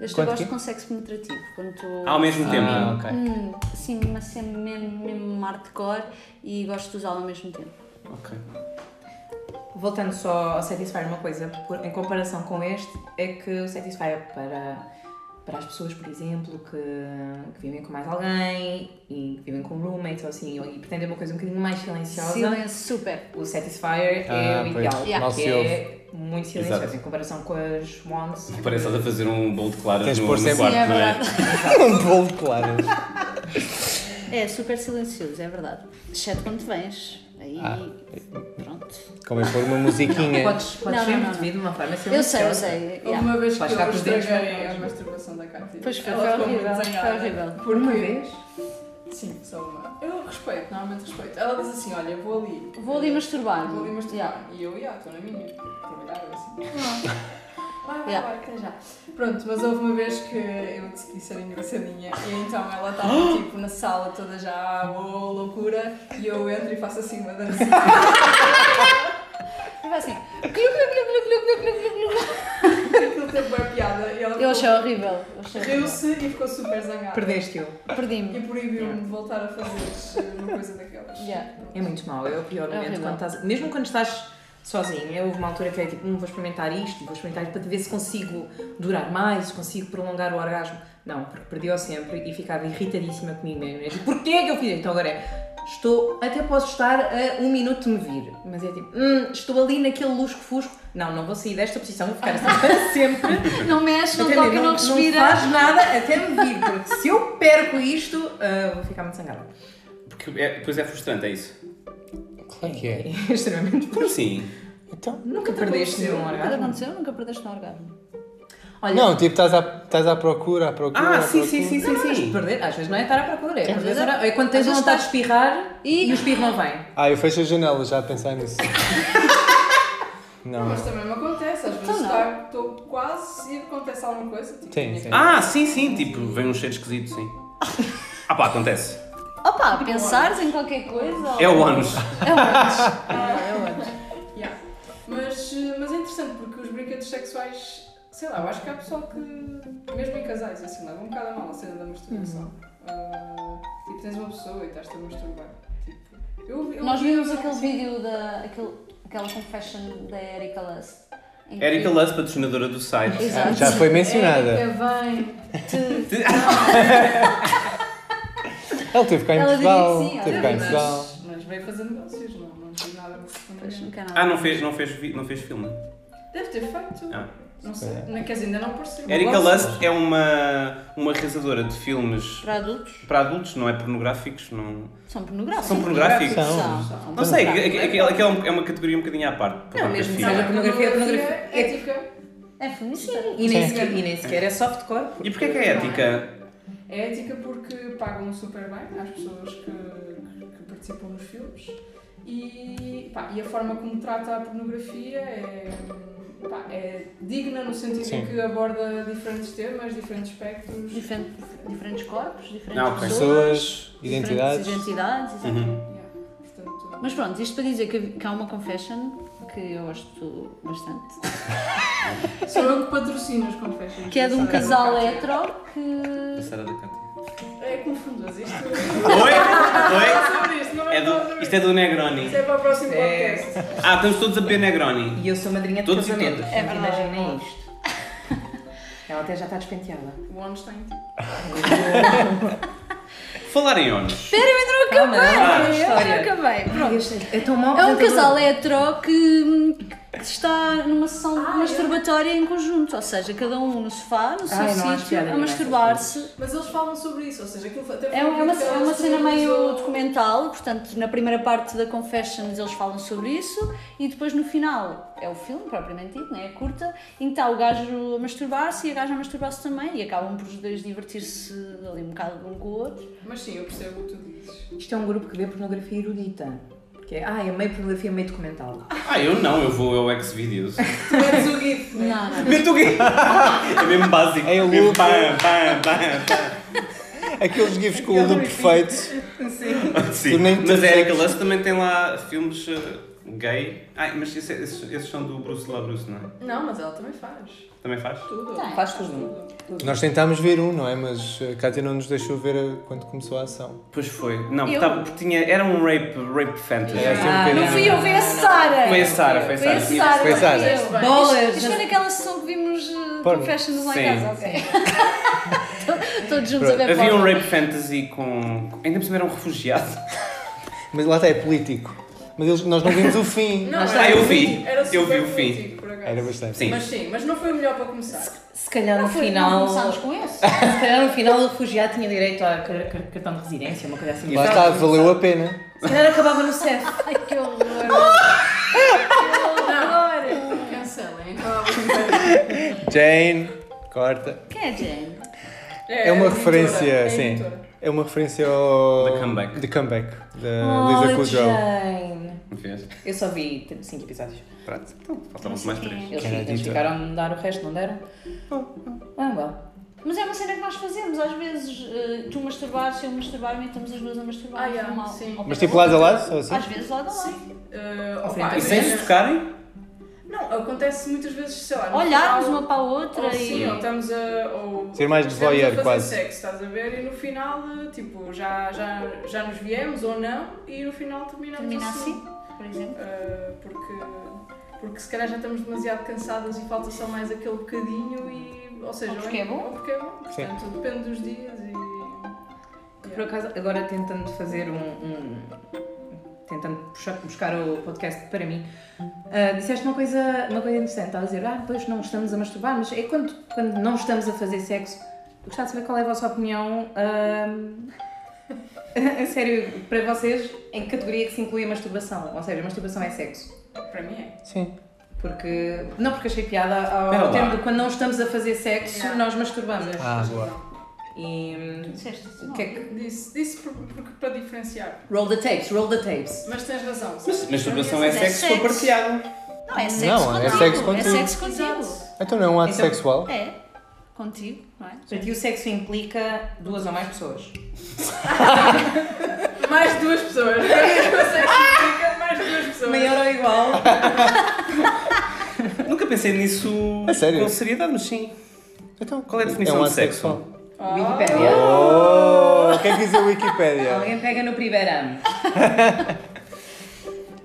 Este eu
Quanto
gosto
quê?
com sexo penetrativo. Quando estou.
Ao mesmo tempo.
ah, ok.
Hum, sim, mas sempre mesmo, mesmo hardcore e gosto de usá-lo ao mesmo tempo.
Ok.
Voltando só ao Satisfyer, uma coisa, por- em comparação com este, é que o Satisfyer para, para as pessoas, por exemplo, que, que vivem com mais alguém e que vivem com roommates ou assim, e pretendem uma coisa um bocadinho mais silenciosa,
Silêncio super.
o Satisfyer é
Ah,
o
pois,
ideal.
mal
que
se
é muito silencioso
Exato.
em comparação com as Wands.
Parece que estás a fazer um bolo de claras
Tens
no,
de pôr
no
sempre-
quarto,
Sim, é
não é?
verdade.
um bolo de claras.
É super silencioso, é verdade. Exceto quando vens. Aí.
Ah.
Pronto.
Convém pôr é uma musiquinha.
Podes, podes
Não,
ser
não, não,
metido de uma forma
Eu sei,
silenciosa.
eu sei.
Então, Houve
yeah.
uma vez que
Vais
eu
ficar com os dedos
estraguei
na
a masturbação da Cátia.
Pois foi,
Ela
foi
ficou muito
horrível,
zangada.
foi horrível.
Porque-
Uma vez?
Sim, só uma. Eu respeito, normalmente respeito. Ela diz assim, olha, vou ali.
Vou ali masturbar.
Ah, Vou ali
Yeah.
masturbar. E eu, ia, estou na minha. Trabalhar assim. Vai, vai,
Yeah.
vai, até já. Pronto, mas houve uma vez que eu decidi ser engraçadinha e então ela estava tipo na sala toda já, oh, loucura, e eu entro e faço assim uma dança.
E
é
vai assim. glu, glu, glu, glu, glu, glu, glu, glu.
Aquilo teve uma piada e ela
Eu achei
ficou-
horrível. eu achei horrível.
riu-se e ficou super zangada.
Perdeste-o.
Perdi-me.
E é proibiu-me de voltar a fazer uma coisa daquelas.
Yeah.
É muito mau, é o pior
É
momento
horrível.
quando estás. Mesmo quando estás sozinha, houve uma altura que é tipo, hum, vou experimentar isto, vou experimentar isto para ver se consigo durar mais, se consigo prolongar o orgasmo. Não, porque perdi-o sempre e ficava irritadíssima comigo mesmo. É tipo, porquê é que eu fiz? isto?" Então agora é, estou, até posso estar a um minuto de me vir, mas é tipo, hum, estou ali naquele lusco-fusco. Não, não vou sair desta posição, vou ficar assim para sempre.
Não mexe, não
Entendeu?
toca, não respira.
Não faz nada até me vir, porque se eu perco isto, ah, vou ficar muito sangrada.
Porque é, depois é frustrante, é isso.
Claro que é.
É extremamente.
Como assim?
Nunca perdeste nenhum
Nunca
orgasmo.
aconteceu, nunca perdeste um orgasmo.
Olha,
Não, tipo, estás à, estás à procura, à procura.
Ah,
à
sim,
procura.
sim, sim, sim, sim.
perder, às vezes não é estar à procura, é,
Às
às
vezes
vezes
é-
é quando tens
às vezes
vontade de espirrar
E-
e, o espirro não vem.
Ah, eu fecho a janela já a pensar nisso. Não.
Mas também me acontece, às vezes
Então
está- estou quase e acontece alguma coisa. Tipo,
Sim, sim.
Ah, sim, sim, tipo, vem um cheiro esquisito, sim. Ah pá, acontece.
Opa, pensares em qualquer coisa?
É o ânus.
É o antes. É o antes.
yeah. mas, eh, mas é interessante porque os brinquedos sexuais, sei lá, eu acho que há pessoal que, mesmo em casais, assim, leva um bocado a mal a cena da masturbação. Ah, tipo, tens uma pessoa e estás-te a masturbar. Tipo, Eu, eu
Nós
vi,
vimos
mas não
aquele
consegui.
vídeo da. Aquele, aquela confession da Erika Lust. em que-
Erika Lust, patrocinadora do site.
Exato.
Já foi mencionada.
Érica, vem.
Ela teve cá em
Ela
Portugal.
diria que sim, ela
Teve cá em
diria.
Portugal.
Mas, mas veio fazer negócios, não, não tem nada a ver com
Pois,
ninguém.
não quer nada.
Ah, não fez, não fez, vi- não fez filme.
Deve ter feito.
Ah.
Não sei. Não, quer dizer, ainda não apareceu.
Erika
Agora-
Lust é uma, uma realizadora de filmes
Para adultos,
para adultos, não é pornográficos, não...
são pornográficos.
São pornográficos?
São.
são.
Não sei, aqu- aqu- aquela aquela é uma categoria um bocadinho à parte.
Não, mesmo
pornografia.
Mas a pornografia é pornografia.
Ética.
É feminista.
E nem, sequer, e nem sequer é softcore.
E porquê é que é ética?
É ética porque pagam super bem às pessoas que, que- que participam nos filmes e, pá, e a forma como trata a pornografia é, pá, é digna no sentido
Sim.
em que aborda diferentes temas, diferentes espectros.
Diferente- diferentes corpos, diferentes
Ah, ok.
Pessoas,
diferentes
identidades.
identidades, exato.
Uhum.
Yeah, portanto,
Mas pronto, isto para dizer que, que há uma confession que eu gosto bastante,
Sou eu que patrocino as confessions.
que é de um
Sara
casal
Cátia.
hetero
Da
que.
Sara da Cátia.
É confundas isto.
Oi?
Sobre isto, não
Oi? É
é nada a
do,
ver.
isto é do Negroni.
Isso é para o próximo
É.
podcast.
Ah, estamos todos a beber Negroni.
E eu sou madrinha de
Todos e
casamento.
todas.
É Imaginem isto. Ela até já está despenteada.
O ONU está em ti.
Falar em ONUs.
Calma,
Ah,
a história.
acabei, pronto.
É tão mau
É um
apresentador.
casal hetero que, que está numa sessão
Ah,
masturbatória em conjunto, ou seja, cada um no sofá, no seu
Ai, Ah, não acho
sítio,
piada
a
nenhuma
masturbar-se.
Mas eles falam sobre isso, ou seja, aquilo foi- até foi
É uma, é uma-
aquilo que
é uma
elas
cena meio
televisou.
documental, portanto, na primeira parte da Confessions eles falam sobre isso e depois no final é o filme propriamente dito, né? é curta, em que está o gajo a masturbar-se e a gaja a masturbar-se também e acabam por os dois divertir-se ali um bocado um com o outro.
Mas sim, eu percebo o que tu dizes.
Isto é um grupo que vê pornografia erudita. Que é, ah, é meio pornografia, meio documental.
Ah, eu não, eu vou ao Xvideos.
Tu és o GIF, né?
Não, não.
Meto o quê? É mesmo básico.
É o
mesmo
look.
pam, pam, pam,
Aqueles GIFs com o look perfeito.
pam. Sim.
Tu nem
Mas
te
a Erika
percebes.
Lust também tem lá filmes eh, gay. Ai, mas esse- esses, esses são do Bruce La Bruce, não é?
Não, mas ela também faz.
Também faz?
Tudo.
Tem.
Faz tudo.
Nós tentámos ver um, não é? Mas a Kátia não nos deixou ver a- quando começou a ação.
Pois foi. Não,
Eu-
tava- porque tinha, era um rape, rape fantasy.
Era assim um
Ah,
bocadinho.
Não fui eu, foi a Sara!
Foi a Sara, foi a
Foi a
Sara.
Sara!
Foi a Sara.
não fui eu.
Bolas!
Isto foi naquela sessão que vimos eh,
Porno.
Confessions lá
Sim.
em casa, ok. Todos juntos a
Pronto.
ver
Havia um
porno.
rape fantasy com. com- Ainda por cima era um refugiado.
Mas lá está, é político. Mas eles- nós não vimos o fim.
Não,
está,
era
eu vi.
Era super
Eu vi o fim.
político, por acaso.
Era bastante.
Sim.
Mas sim, mas não foi o melhor para começar.
Se calhar
Não
no
foi,
final.
não começámos com esse.
Se calhar no final o refugiado tinha direito a car- car- cartão de residência, uma coisa assim.
Lá está, valeu a pena.
Se calhar acabava no CEF.
Ai, que horror!
Agora! Cancelem.
Jane, corta.
Quem é Jane?
É uma
editora,
referência,
é
sim.
editora.
É uma referência ao.
The Comeback.
The Comeback, da Lisa
Oh,
Kudrow.
Jane.
Vês?
Eu só vi 5 episódios.
Pronto, então faltavam-te mais três.
Eles,
Quem era a
eles
editora?
ficaram a dar o resto, não deram? Ah, well.
Mas é uma cena que nós fazemos, às vezes eh, tu masturbares, eu masturbar-me e estamos as duas a masturbar. é
Ah, yeah,
normal.
sim.
Ao pé
Mas
da
tipo lado a
outra.
lado? ou assim?
Às vezes lado a lado.
Eh,
Ao
opa,
frente.
E sem se tocarem?
Não, acontece muitas vezes, sei lá. no
Olharmos
final-
uma para a outra
Ou sim,
e.
ou estamos a. Ou,
Ser mais de
estamos
voyeur,
a fazer
quase.
sexo, estás a ver? E no final, eh, tipo, já, já, já nos viemos ou não, e no final terminamos
Termina
assim.
assim, por exemplo.
Eh, porque, porque se calhar já estamos demasiado cansadas e falta só mais aquele bocadinho, e, ou seja,
Ou porque é bom.
ou porque é bom.
Sim.
Portanto, depende dos dias e.
Por acaso, agora tentando fazer um. um- tentando puxar- buscar o podcast para mim, ah, disseste uma coisa, uma coisa interessante. Estavas a dizer, ah, pois não estamos a masturbar, mas é quando, quando não estamos a fazer sexo. Eu Gostava de saber qual é a vossa opinião. ahm, a sério, para vocês, em que categoria é que se inclui a masturbação? Ou seja, a masturbação é sexo.
Para mim é.
Sim.
Porque. Não, porque achei piada ao,
Pera
ao
lá.
termo de quando não estamos a fazer sexo, nós masturbamos.
Ah, boa.
E. hum,
Disseste assim.
O que é que.
Disse, disse por- porque para diferenciar.
Roll the tapes, roll the tapes.
Mas tens razão.
Mas masturbação
Para
é
mim
sexo se for
sexo.
partilhado.
Não, é sexo
Não, é
contigo.
sexo contigo.
É sexo contigo.
Então não é um ato
Então-
sexual?
É. Contigo, não é?
Portanto, e o sexo implica duas ou mais pessoas.
Mais duas pessoas. Fica mais duas pessoas.
Maior ou igual.
Nunca pensei nisso
A sério?
com seriedade, mas sim.
Então,
Qual é a definição
é um
de
ato
sexo?
sexual?
Wikipédia.
Oh, o que é que diz a Wikipédia?
Alguém pega no primeiro ano.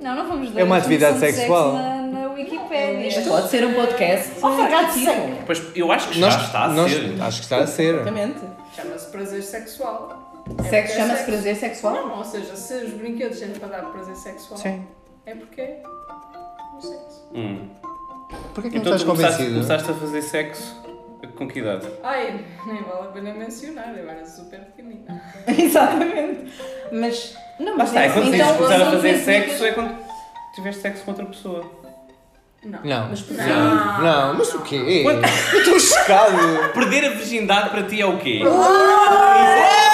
Não, não vamos dar
É uma
a definição
atividade
de sexo
sexual.
na, é na Wikipédia.
Isto pode ser um podcast educativo.
Pois eu acho que já
Nós-
está a
nós-
ser.
Acho que está a ser.
Exatamente.
Chama-se prazer sexual.
É
É
Sexo chama-se
sexo.
prazer sexual?
Não, ou seja, se os brinquedos servem para dar prazer sexual,
Sim.
é porque é um sexo.
Hum.
Porquê que
Então
não
tu
estás
começaste,
convencido?
começaste a fazer sexo com que idade?
Ai, nem vale a pena mencionar, eu era super pequenina.
Exatamente. Mas. Não,
Lá está, é quando tens de
então,
começar a
não
fazer
dizes
sexo é quando tiveste sexo com outra pessoa.
Não.
Não.
Não.
Não, mas o quê? Eu estou chocado.
Perder a virgindade para ti é o quê?
Ah!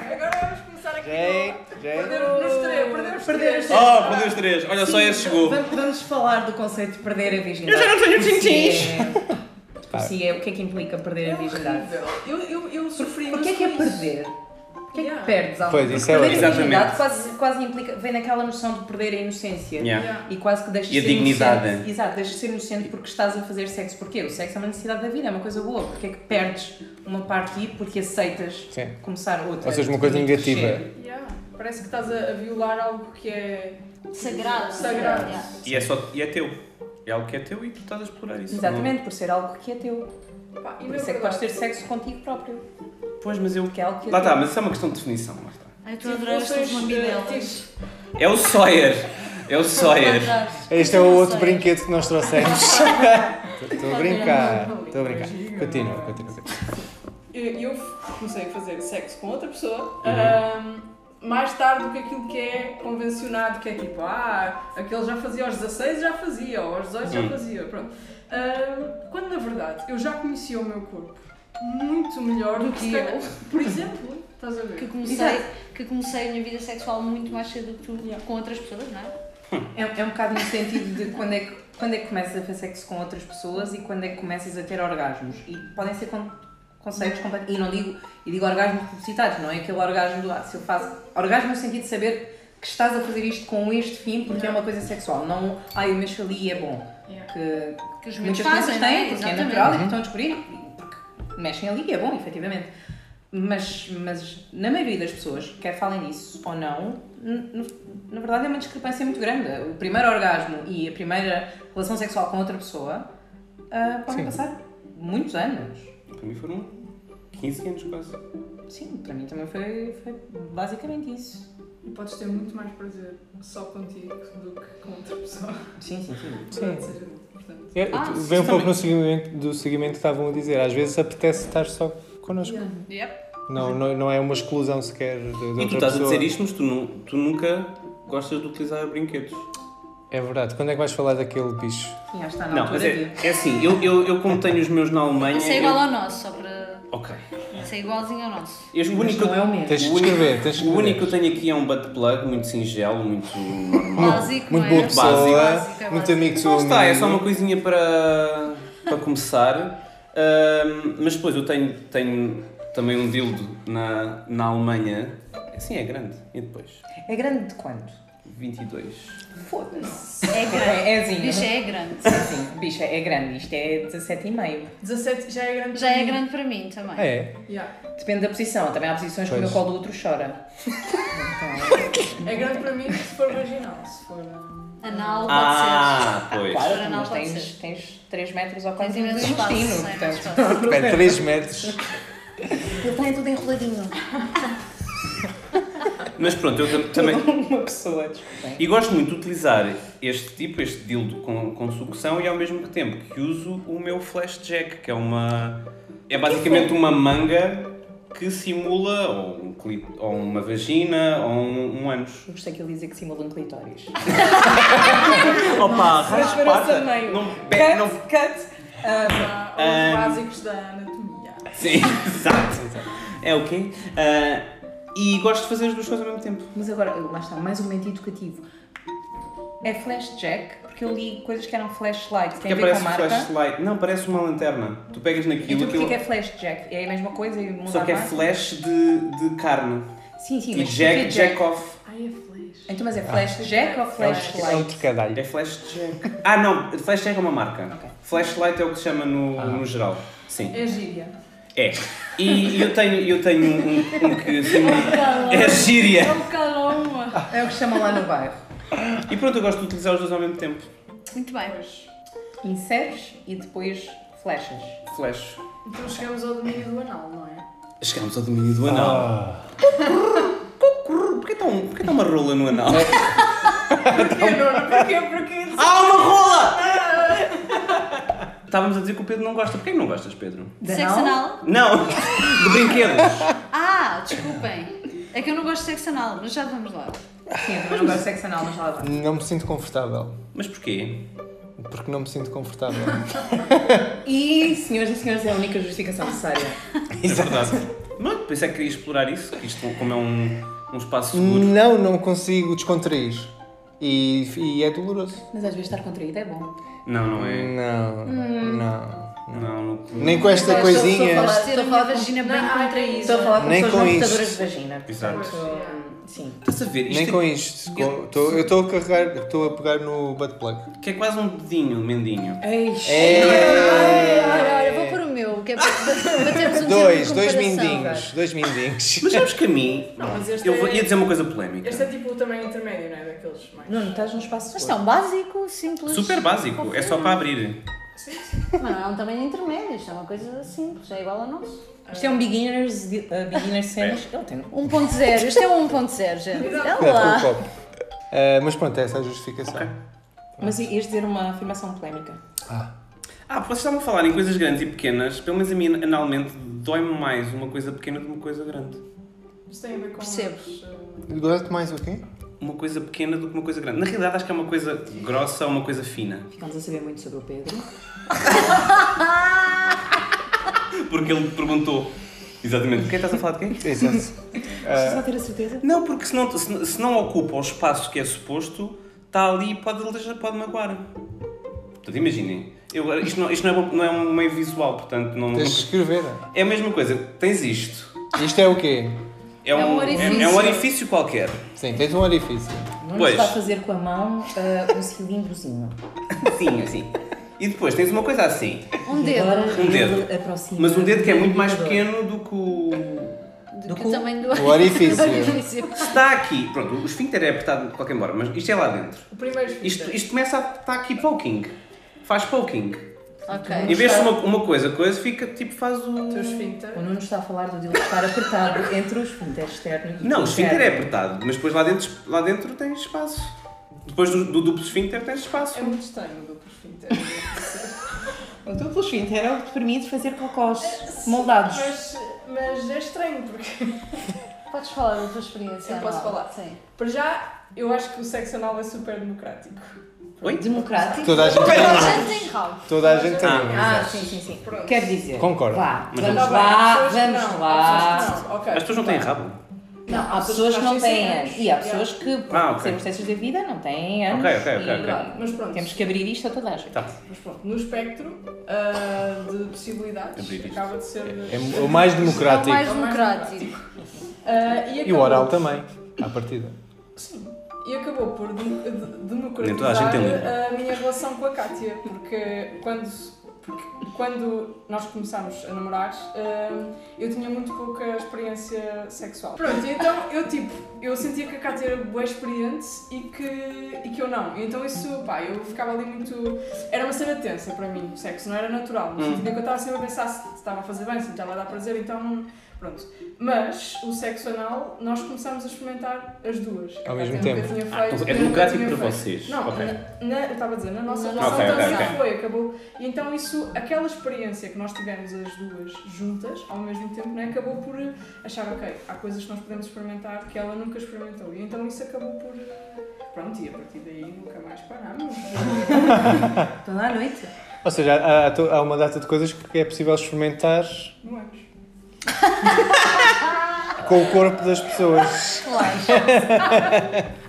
Agora vamos começar aqui.
Jay, Jay.
Perdeu nos três, perdeu os três.
Oh, perdeu os três. Olha só, esse
Sim,
chegou.
vam- Vamos falar do conceito de perder a
Eu
virgindade.
já não tenho
Por si
tintins.
é- por si é, o que é que implica perder a virgindade?
Eu, eu, eu sofri
O que é que é
imenso com isso.
perder? O que é que
Yeah.
perdes algo?
Pois, isso é
perder a
ótimo.
virgindade
Exatamente.
quase, quase implica, vem naquela noção de perder a inocência.
Yeah.
Yeah.
E quase que deixas
E a
de ser
dignidade.
inocente. Exato, deixas de ser inocente porque estás a fazer sexo. Porquê? O sexo é uma necessidade da vida, é uma coisa boa. Porquê é que perdes uma parte de ti porque aceitas
Sim.
começar outra?
Ou seja, uma coisa
Porque crescer.
negativa.
Yeah. Parece que estás a, a violar algo que é
Sagrado.
sagrado.
Yeah.
E é, só, e é teu. É algo que é teu e tu estás a explorar isso.
Exatamente, por ser algo que é teu.
Pá, e
Por
na
isso é
verdade-
que podes ter sexo contigo próprio.
Não- Pois, mas eu.
Porque é algo que é
Lá
teu.
está, mas isso é uma questão de definição. lá está.
Ai, tu
Tive
adoraste
relações,
os mamilos.
eh, tive-
É o Sawyer. É o Sawyer.
Este é o outro brinquedo que nós trouxemos. Estou a brincar. Estou a brincar. Continua, continua. continua.
Eu eu comecei a fazer sexo com outra pessoa ahm, mais tarde do que aquilo que é convencionado, que é tipo, ah, aquele já fazia aos 16 já fazia, ou aos 18
Uhum.
já fazia, pronto. Ahm, quando na verdade eu já conhecia o meu corpo muito melhor do que eu, por exemplo, estás a ver?
Que comecei, que comecei a minha vida sexual muito mais cedo do que tu, com outras pessoas, não é?
É, é um bocado no sentido de quando é, que, quando é que começas a fazer sexo com outras pessoas e quando é que começas a ter orgasmos. E podem ser con- conceitos completamente. E não digo, e digo orgasmos publicitados, não é aquele orgasmo do ah, se eu faço. Orgasmo no sentido de saber que estás a fazer isto com este fim porque é uma coisa sexual, não ai, eu mexo ali e é bom.
Yeah.
Que
Que os meus
muitas
fazem,
crianças
não é?
têm, porque é
Exatamente.
natural e porque estão a descobrir, e porque mexem ali e é bom, efetivamente. Mas, mas na maioria das pessoas, quer falem disso ou não, n- n- na verdade é uma discrepância muito grande. O primeiro orgasmo e a primeira relação sexual com outra pessoa ah, podem passar muitos anos.
Para mim foram 15 anos quase.
Sim, para mim também foi, foi basicamente isso.
E podes ter muito mais prazer só contigo do que com outra pessoa. é
Sim, sim, sim.
Sim.
Seja, portanto,
É,
Ah,
Vem um pouco no seguimento do seguimento que estavam a dizer. Às vezes apetece estar só connosco.
Yep.
Não, não, não é uma exclusão sequer de, de outra
E tu estás a
pessoa.
dizer isto, mas tu, nu- tu nunca gostas de utilizar brinquedos.
É verdade. Quando é que vais falar daquele bicho?
E já está na
Não,
altura
mas
de-
é, é assim, eu, eu, eu como tenho os meus na
Uhum.
Alemanha.
Isso é igual
eu-
ao nosso, só para
Ok.
ser igualzinho ao nosso.
Eu- o
Mas
único,
não é o mesmo.
Tens de
O único-
escrever. Tens de
o
escrever.
único que eu tenho aqui é um butt plug muito singelo, muito normal.
Básico,
Muito
não
boa
é?
pessoa.
Básico.
Básico, é
muito
básico.
amigo do seu
Lá está, é
amigo.
só uma coisinha para, para começar. Ahm, mas depois eu tenho, tenho também um dildo na, na Alemanha. Assim é grande. E depois?
É grande de quanto?
22.
Foda-se.
É grande.
É assim.
Bicho, é grande.
Sim, bicha, é grande, isto é 17,5.
17 já é grande.
Já é grande para mim também.
É.
Yeah.
Depende da posição, também há posições que o meu
Pois.
colo do outro chora. Então,
É grande para mim se for vaginal, se for.
Anal pode
Ah, pois.
claro,
Chora
tu
Então, não
mas
pode
tens,
ser.
tens 3 metros ou
ser. Tens
4 metros
imenso
de
espaço.
intestino,
é imenso
portanto.
espaço.
Espera, 3 metros.
Ele tem tudo enroladinho.
Mas pronto, eu tam- também.
Uma pessoa, desculpem.
E gosto muito de utilizar este tipo, este dildo com, com sucção e ao mesmo tempo que uso o meu flashjack, que é uma. É basicamente uma manga que simula ou, um clip, ou uma vagina ou um, um ânus.
Gostei que ele dizia que simula um clitóris.
Opa,
Mas para o tamanho.
Não, pe-
Cut,
não
cut.
Ah, os
Ahn.
básicos da anatomia.
Sim, exato. exato. É o quê? Ah, e gosto de fazer as duas coisas ao mesmo tempo.
Mas agora, lá está, mais um momento educativo. É flashjack, porque eu li coisas que eram flashlights,
Que
tem a ver com a
parece um
marca.
flashlight. Não, parece uma lanterna. Tu pegas
E
naquilo,
tu
aquilo.
que é flashjack? É a mesma coisa e muda
Só
a
que é
marca?
flash de, de carne.
Sim, sim,
E
mas
jack,
porquê
jack off.
Ai, é feliz.
Então, mas é
É
flashjack ou
um- É um
flashlight?
trocadalho.
É flashjack.
Ah.
Ah, não, flashjack é uma marca. Flashlight é o que se chama no, no geral. Sim.
É gíria.
É. E eu tenho, eu tenho um, um que assim, é gíria.
É um caloma.
É o que chamam lá no bairro.
E pronto, eu gosto de utilizar os dois ao mesmo tempo.
Muito bem.
Inseres e depois flechas.
Flash.
Então chegamos ao domínio do anal, não é?
Chegamos ao domínio do anal.
Ah.
Porquê está um, porquê está uma rola no anal?
Porquê, Nuno? Porquê? Porquê?
Ah, uma rola! Estávamos a dizer que o Pedro não gosta. Porquê que não gostas, Pedro?
De
Sexo
anal?
anal?
Não! De brinquedos!
Ah, desculpem. É que eu não gosto de sexo anal, mas já vamos lá.
Sim, eu também não gosto de sexo anal, mas lá vai.
Não me sinto confortável.
Mas porquê?
Porque não me sinto confortável.
E, senhoras e senhores, é a única justificação necessária.
É verdade. Mas por isso é que queria explorar isso, que isto, como é um, um espaço
Hum.
seguro.
não, não consigo descontrair. E, e é doloroso.
Mas às vezes estar contraída é bom.
Não, não é.
Não, não.
Não, não.
Nem com esta coisinha.
Mas ter a minha vagina bem contraída.
Estou a falar com
Nem
pessoas
com
não
isto.
portadoras de vagina.
Exato.
Portanto, sim.
Estás a ver? Isto
Nem
é-
com isto. Com- tô- eu estou a carregar, estou a pegar no butt plug.
Que é quase um dedinho, mendinho.
É.
Olha, olha, vou pôr o meu, que é para para termos um
Dois,
termo de
dois
comparação.
mindinhos. Dois mindinhos.
Mas sabes que a mim.
Não, mas este
eu vou-
é-
ia dizer uma coisa polémica.
Este é tipo o tamanho intermédio, não é? Daqueles mais.
Nuno, estás num espaço
Mas
seguro.
tão básico, simples.
Super básico, é só para abrir.
Mas não é um tamanho intermédio, isto é uma coisa simples, é igual ao nosso.
Isto é um beginners, de- uh,
É.
beginners cenas. Ele tem.
1.0, isto é um 1.0, gente. É Olha
Não,
lá.
com o copo. Ah, mas pronto, essa é a justificação.
Mas ias dizer uma afirmação polémica.
Ah, porque vocês estavam a falar em coisas grandes e pequenas, pelo menos a mim analmente dói-me mais uma coisa pequena do que uma coisa grande.
Isto tem a ver com.
Percebo.
os, uh,
Gosto mais o quê?
Uma coisa pequena do que uma coisa grande. Na realidade acho que é uma coisa grossa ou uma coisa fina.
Ficamos a saber muito sobre o Pedro.
Porque ele perguntou exatamente. Quem estás a falar de quem?
Exato.
Ah.
Preciso só ter a certeza.
Não, porque se não, se, se não ocupa o espaço que é suposto, está ali e pode, aleijar- pode magoar. Portanto, imaginem. Eu, isto não, isto não, é, bom- não é um meio visual, portanto, não.
Tens de escrever.
É a mesma coisa. Tens isto.
Isto é o quê?
É um,
um
é-
orifício.
é um orifício qualquer.
Sim, tens um orifício.
Não
Pois.
pois. vai fazer com a mão uh, um cilindrozinho.
Sim, assim. E depois tens uma coisa assim.
Um
E agora
dedo.
Um
ele
dedo.
aproxima
Mas um dedo que é
do
muito mais
vibrador.
pequeno do que o.
Do que
cu.
o tamanho é do
O orifício.
do orifício.
Está aqui. Pronto, o esfíncter é apertado de qualquer forma, mas isto é lá dentro.
O primeiro filho.
Isto, isto começa a. Está aqui poking. Faz poking. Em
Ok.
vez de ser uma, uma coisa, coisa fica tipo faz o.
Teu esfíncter.
O Nuno está a falar do dildo estar apertado entre o esfíncter externo e
Não, o
o
esfíncter é
interno.
apertado, mas depois lá dentro, lá dentro tens espaço. Depois do, do duplo esfíncter tens espaço.
É muito estranho o duplo esfíncter.
O duplo esfíncter é o que te permite fazer cocós moldados.
Mas, mas é estranho, porque
Podes falar da tua experiência.
Eu posso
Ana.
falar.
Sim.
para já eu acho que o sexo anal é super democrático.
Oi?
Democrático.
Toda a gente tem um.
Gente em rabo.
Toda a gente tem
Ah.
um.
Ah,
exato.
sim, sim, sim.
Pronto.
Quer dizer.
Concordo.
Vá,
Mas
vamos
Tá bem, há
lá,
pessoas que
vamos
não, há
lá.
pessoas que não, ok.
As pessoas não têm rabo.
Não, há pessoas que é não
Acho que
têm
sim, né?
anos.
acho.
E há pessoas que, por
Ah, ok.
circunstâncias da vida, não têm anos.
Ok, ok, ok,
E
ok.
Mas pronto,
Temos que abrir isto a toda a gente.
Tá.
mas pronto, no espectro ah, de possibilidades
Abrir isto.
acaba de ser.
É o mais
É o mais
democrático.
democrático.
Ah,
é
e,
E o
acabou-
oral também, à partida.
Sim. E acabou por dem- de-
Nem toda a gente
democratizar
tem língua.
a minha relação com a Kátia, porque quando, porque quando nós começámos a namorar, hum, eu tinha muito pouca experiência sexual. Pronto, e então eu tipo, eu sentia que a Kátia era boa experiente e que, e que eu não. E então isso, pá, eu ficava ali muito. Era uma cena tensa para mim, o sexo, não era natural.
Hum.
No sentido em que eu estava sempre a pensar se estava a fazer bem, se me estava a dar prazer, então. Pronto. Mas o sexo anal, nós começámos a experimentar as duas.
Ao
A
mesmo
Cátia nunca
tempo.
tinha
Ah,
feito,
é
eu
democrático
nunca tinha
para
feito.
vocês.
Não,
Ok.
na- na- eu estava a dizer, na nossa
Ok,
relação
ok,
também
ok.
já foi, acabou. E então isso, aquela experiência que nós tivemos as duas juntas, ao mesmo tempo, né, acabou por achar, ok, há coisas que nós podemos experimentar que ela nunca experimentou. E então isso acabou por... Pronto, e a partir daí nunca mais parámos.
Toda a noite.
Ou seja, há, há to- há uma data de coisas que é possível experimentar
Não é? anos.
com o corpo das pessoas.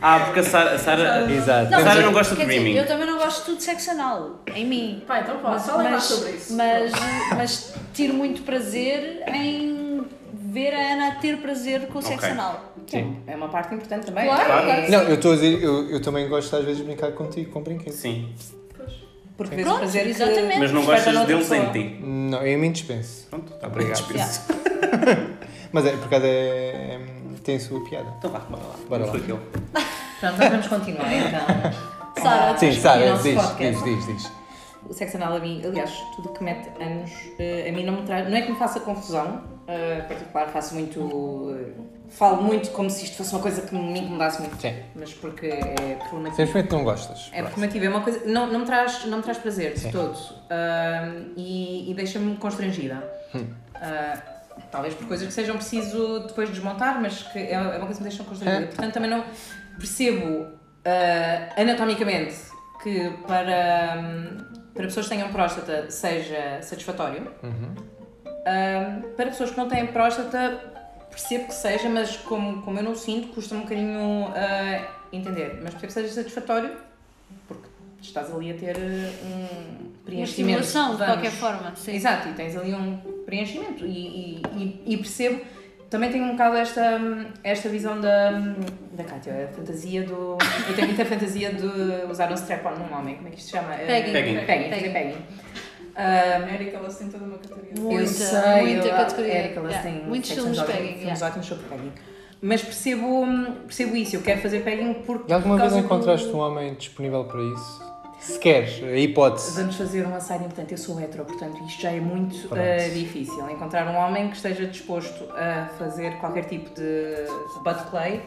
Ah, porque a Sara. a Sara-
Exato.
Não,
Temos
Sara
aqui-
não gosta de
Quer dizer,
dreaming.
eu também não gosto de tudo de sexo anal. Em mim.
Pá, então pá, falem lá sobre isso.
Mas, mas tiro muito prazer em ver a Ana ter prazer com o sexo
Ok.
anal.
Sim.
É uma parte importante também.
Claro.
É-
Não, eu estou a dizer, eu, eu também gosto às vezes de brincar contigo com brinquedos.
Sim.
Pois.
Porque vês o
Pronto,
prazer que
exatamente.
Mas não
desperta
gostas
noutra
deles em
pessoa.
um.
ti.
Não, eu me dispenso.
Pronto, tá, está bem.
Obrigado.
Yeah.
Mas é, por acaso é, é- tem a sua piada.
Então vá, bora lá. Vamos
Bora lá.
com aquilo.
Pronto, nós vamos continuar então.
Sara,
Sim, sabe, é,
E o nosso
diz,
podcast.
diz, diz, diz.
O sexo anal a mim, aliás, tudo que mete anos, eh, a mim não me traz. Não é que me faça confusão, eh, em particular, faço muito. eh, falo muito como se isto fosse uma coisa que me incomodasse muito.
Sim.
Mas porque é problemático.
Simplesmente não gostas.
É
Pronto.
performativo, é uma coisa. Não, não, me, traz, não me traz prazer de
Sim.
todo. Ahm, e e deixa-me constrangida.
Hum.
Ah, talvez por coisas que sejam preciso depois desmontar, mas que é é uma coisa que me deixa constrangida.
É.
Portanto, também não percebo ah, anatomicamente que para, hum, para pessoas que tenham próstata seja satisfatório. Ahm, para pessoas que não têm próstata, percebo que seja, mas como, como eu não sinto, custa-me um bocadinho ah, entender. Mas percebo que seja satisfatório, porque estás ali a ter ah, um
Uma
preenchimento.
estimulação, de
vamos-
qualquer forma. Sim.
Exato, e tens ali um preenchimento. E, e- e- e percebo, também tenho um bocado esta, esta visão da, da Kátia, a fantasia do. Eu tenho muita fantasia de usar um strap-on num homem, como é que isto se chama?
Pegging.
Peguem,
Pegging.
peguem.
A Erika, ela tem toda uma categoria.
eu
Muita,
sei,
muita
eu,
categoria.
Erika, elas
Yeah.
têm
Muitos
sex and
filmes
drugs,
pegging,
filmes
yeah.
ótimos sobre pegging. Mas percebo, percebo isso, eu quero fazer pegging porque.
E alguma
por
vez
causa
encontraste
do-
um homem disponível para isso? Sequer, a hipótese.
Vamos fazer um aside importante. Eu sou hetero, portanto, isto já é muito
Pronto.
eh, difícil. Encontrar um homem que esteja disposto a fazer qualquer tipo de butt play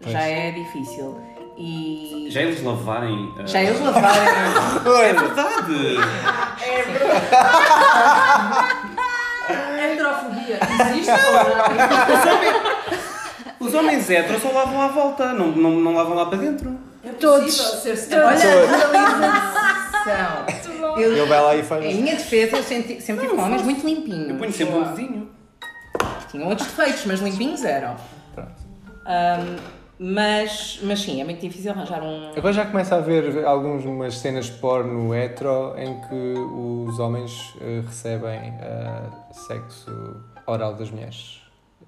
Pois.
já é difícil. E.
Já é eles lavarem. ah,
é.
já eles lavaram.
É verdade!
Heterofobia existe ou
Os homens héteros só lavam à volta, não, não, não lavam lá para dentro.
não? É
Todos.
possível ser-se
Ele
Olha a realização!
vai lá e
Eu, em
faz.
minha defesa, eu senti- sempre tive homens muito limpinhos.
Eu ponho sempre um vizinho.
Tinham outros defeitos, mas limpinhos eram. Ahm, mas, mas sim, é muito difícil arranjar um.
Agora já começa a haver algumas cenas porno hetero em que os homens eh, recebem eh, sexo oral das mulheres.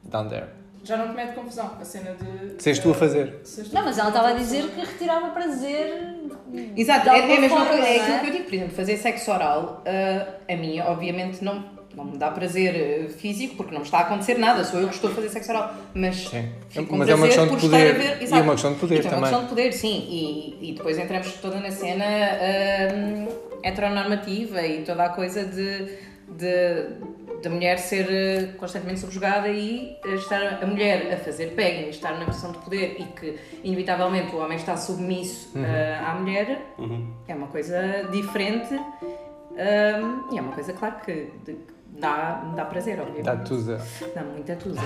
Down there.
Já não te mete confusão a cena de.
Que seres tu a fazer.
Seres tu.
Não, mas ela estava a dizer que retirava prazer. de
Exato, é, é
alguma
a mesma
forma,
coisa. É
não
aquilo que eu digo, por exemplo, fazer sexo oral, ah, a mim, obviamente, não, não me dá prazer ah, físico, porque não me está a acontecer nada, sou eu que estou a fazer sexo oral. Mas,
Sim.
fico com
Mas é uma
prazer
questão de
por
poder.
estar a ver-
E
exato.
é uma questão de poder
Então, é uma
também.
questão de poder, sim. E, e depois entramos toda na cena ah, heteronormativa e toda a coisa de, de- da mulher ser ah, constantemente subjugada e ah, estar a mulher a fazer pegging, estar na posição de poder e que, inevitavelmente, o homem está submisso ah, à mulher,
Uhum.
é uma coisa diferente hum, e é uma coisa, claro, que de- dá, dá prazer, obviamente.
Dá tudo.
Dá muita tusa.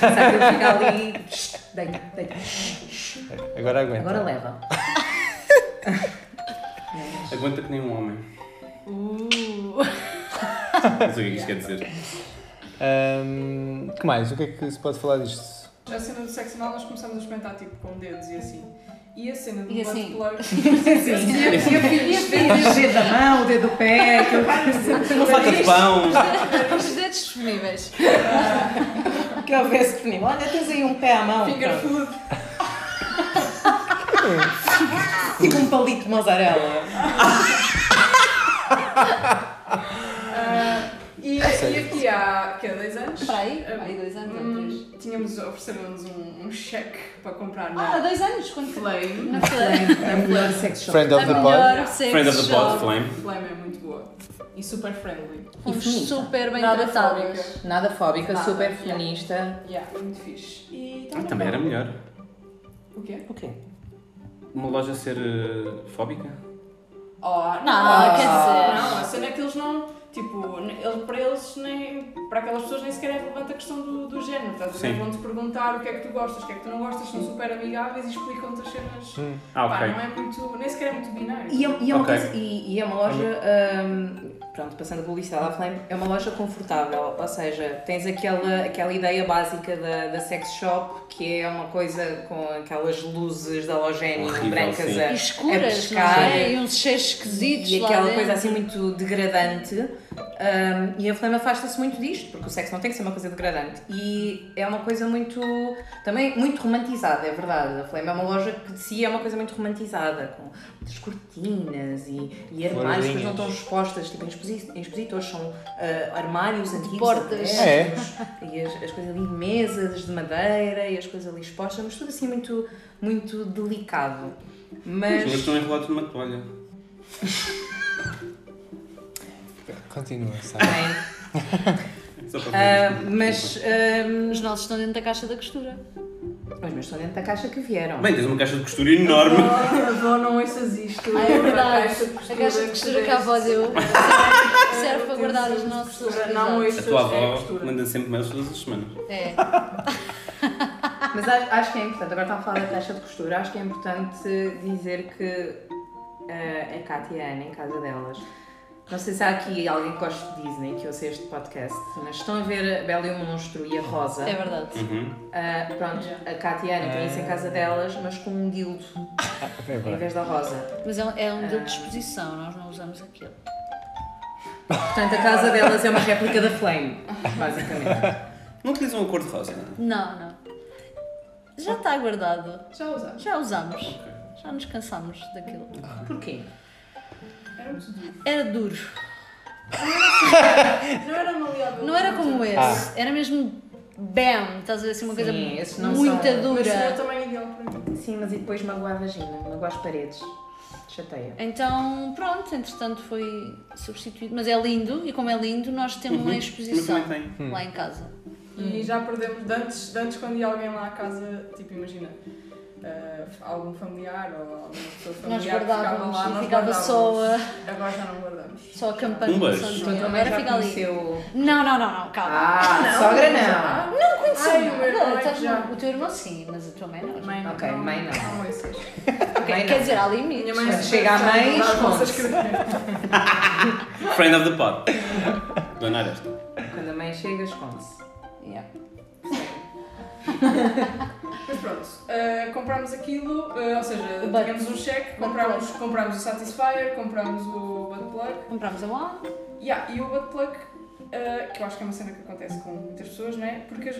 Sabe, eu fico ali, deita, deita.
Agora aguenta.
Agora leva.
Aguenta que nem um homem. Não sei o que isto quer dizer.
Ahm, que mais? O que é que se pode falar disto?
A cena do sexo anal nós começamos a experimentar tipo com dedos e assim. E a cena do
E assim.
butt
E a filha da mão, o dedo do pé, aquilo assim,
Uma faca de pão!
é? Os dedos disponíveis.
que houvesse disponível. Olha, tens aí um pé à mão.
Finger
pronto.
food.
Tipo um palito de mozzarella.
Ah, e, e aqui há que há dois anos Ah,
Para aí, para aí dois anos ou três.
hum, tínhamos ofereceram-nos um, um cheque para comprar é?
Ah, há
na
dois anos, quando foi?
Flame.
Na Flame.
É a melhor sex shop.
Friend of
A
the pod.
melhor sex
Friend of the
shop.
Pod Flame.
Flame é muito boa e super friendly.
Fomos
Infinita.
super bem
Nada
tratadas.
fóbica.
Nada fóbica,
Nada.
super feminista.
Yeah, muito fixe. E
Ah,
tá
também era melhor.
O quê?
O quê?
Uma loja ser eh, fóbica?
Oh, não,
Não, quer dizer.
Não, a cena é que eles não. Tipo, ne- ele- para eles, nem, para aquelas pessoas, nem sequer é relevante a questão do, do género. Estás a ver?
Sim.
Vão-te perguntar o que é que tu gostas, o que é que tu não gostas, são super amigáveis e explicam-te as cenas.
Ah,
Pá,
ok.
não é muito. nem sequer é muito binário.
E é, e é uma
Ok.
coisa- e- e é uma loja, hum, pronto, passando a publicidade à Flame, é uma loja confortável, ou seja, tens aquela, aquela ideia básica da, da sex shop, que é uma coisa com aquelas luzes da halogénio
Horrível,
brancas
sim.
E
a, a
escuras, não
É, pescar.
é? E uns cheiros esquisitos
E
lá
aquela
dentro.
coisa assim muito degradante. hum, e a Flame afasta-se muito disto. injusto, porque o sexo não tem que ser uma coisa degradante. E é uma coisa muito. também muito romantizada, é verdade. A Flame é uma loja que de si é uma coisa muito romantizada, com muitas cortinas e, e armários que não estão expostas, tipo em, exposi- em expositores, são ah, armários antigos.
Portas.
abertos, E as, as coisas ali, mesas de madeira e as coisas ali expostas, mas tudo assim muito, muito delicado.
Os meus
Mas.
estão enrolados numa toalha.
Continua, Sara.
Bem,
É Só para
ah,
ver.
mas. ah,
Os nossos estão dentro da caixa da costura.
Os meus estão dentro da caixa que vieram.
Bem, tens uma caixa de costura enorme.
Oh, avó, não ouças isto.
Ah, é verdade.
caixa de
A caixa de costura que a
deste.
avó deu serve para
Utensílios
guardar os
de
nossos
costura, Não
utilizados.
A
ouças
tua
é
avó
costura.
manda sempre mails todas as semanas.
É.
Mas acho, acho que é importante, agora estava a falar da taxa de costura, acho que é importante dizer que eh, a Kátia e a Ana, em casa delas, não sei se há aqui alguém que gosta de Disney, que ouça este podcast, mas estão a ver a Bela e o Monstro e a Rosa.
É verdade.
Uhum.
Ah, pronto, a Kátia e a Ana têm isso em casa delas, mas com um dildo
É
em
verdade.
vez da Rosa.
Mas é um, é um dedo de exposição, nós não usamos aquilo.
Portanto, a casa delas é uma réplica da Flame, basicamente.
Não utilizam a cor de rosa, né? não?
Não, não. Já está guardado.
Já usaste?
Já usamos. Já nos cansámos daquilo.
Porquê?
Era muito duro.
Era duro.
Não era maleável.
Não era como esse. Era mesmo bam, estás a ver assim uma coisa
Sim, esses não
muito
são-
Mas seria o
dura.
é
tamanho ideal para mim.
Sim, mas e depois magoar a vagina, magoar as paredes. Chateia.
Então, pronto, entretanto foi substituído. Mas é lindo e como é lindo, nós temos uma exposição
Eu também
lá em casa. Hum.
E já perdemos, de antes, de antes quando ia alguém lá à casa, tipo, imagina, eh, algum familiar ou alguma pessoa familiar
Nós
que ficava
guardávamos
lá,
e
nós
ficava só
guardávamos.
a,
Agora já não guardamos.
só a campanha.
Um beijo.
só de-
Então, também
Agora
já
fica ali.
conheceu-
Não, não, não, não, calma.
Ah, sogra não.
Não conheci
Ai,
nada.
o meu irmão é
Estás
que já-
no- O teu irmão sim, mas a tua mãe não.
Mãe,
Ok, mãe não.
Não ouças.
Ok,
Mãe
quer
não.
dizer, há limites.
mãe- chega à mãe,
Já não
esconde-se.
ouças escrever.
tenho. Friend of the pod. Dona Aresta.
Quando a mãe chega, esconde-se.
Yeah.
Mas pronto, eh, comprámos aquilo, eh, ou seja,
O butt-
tínhamos um cheque,
butt
comprámos, comprámos o Satisfyer, comprámos o Butt Plug,
Comprámos a mão.
Yeah, e o butt plug, eh, que eu acho que é uma cena que acontece com muitas pessoas, não é? Porque as-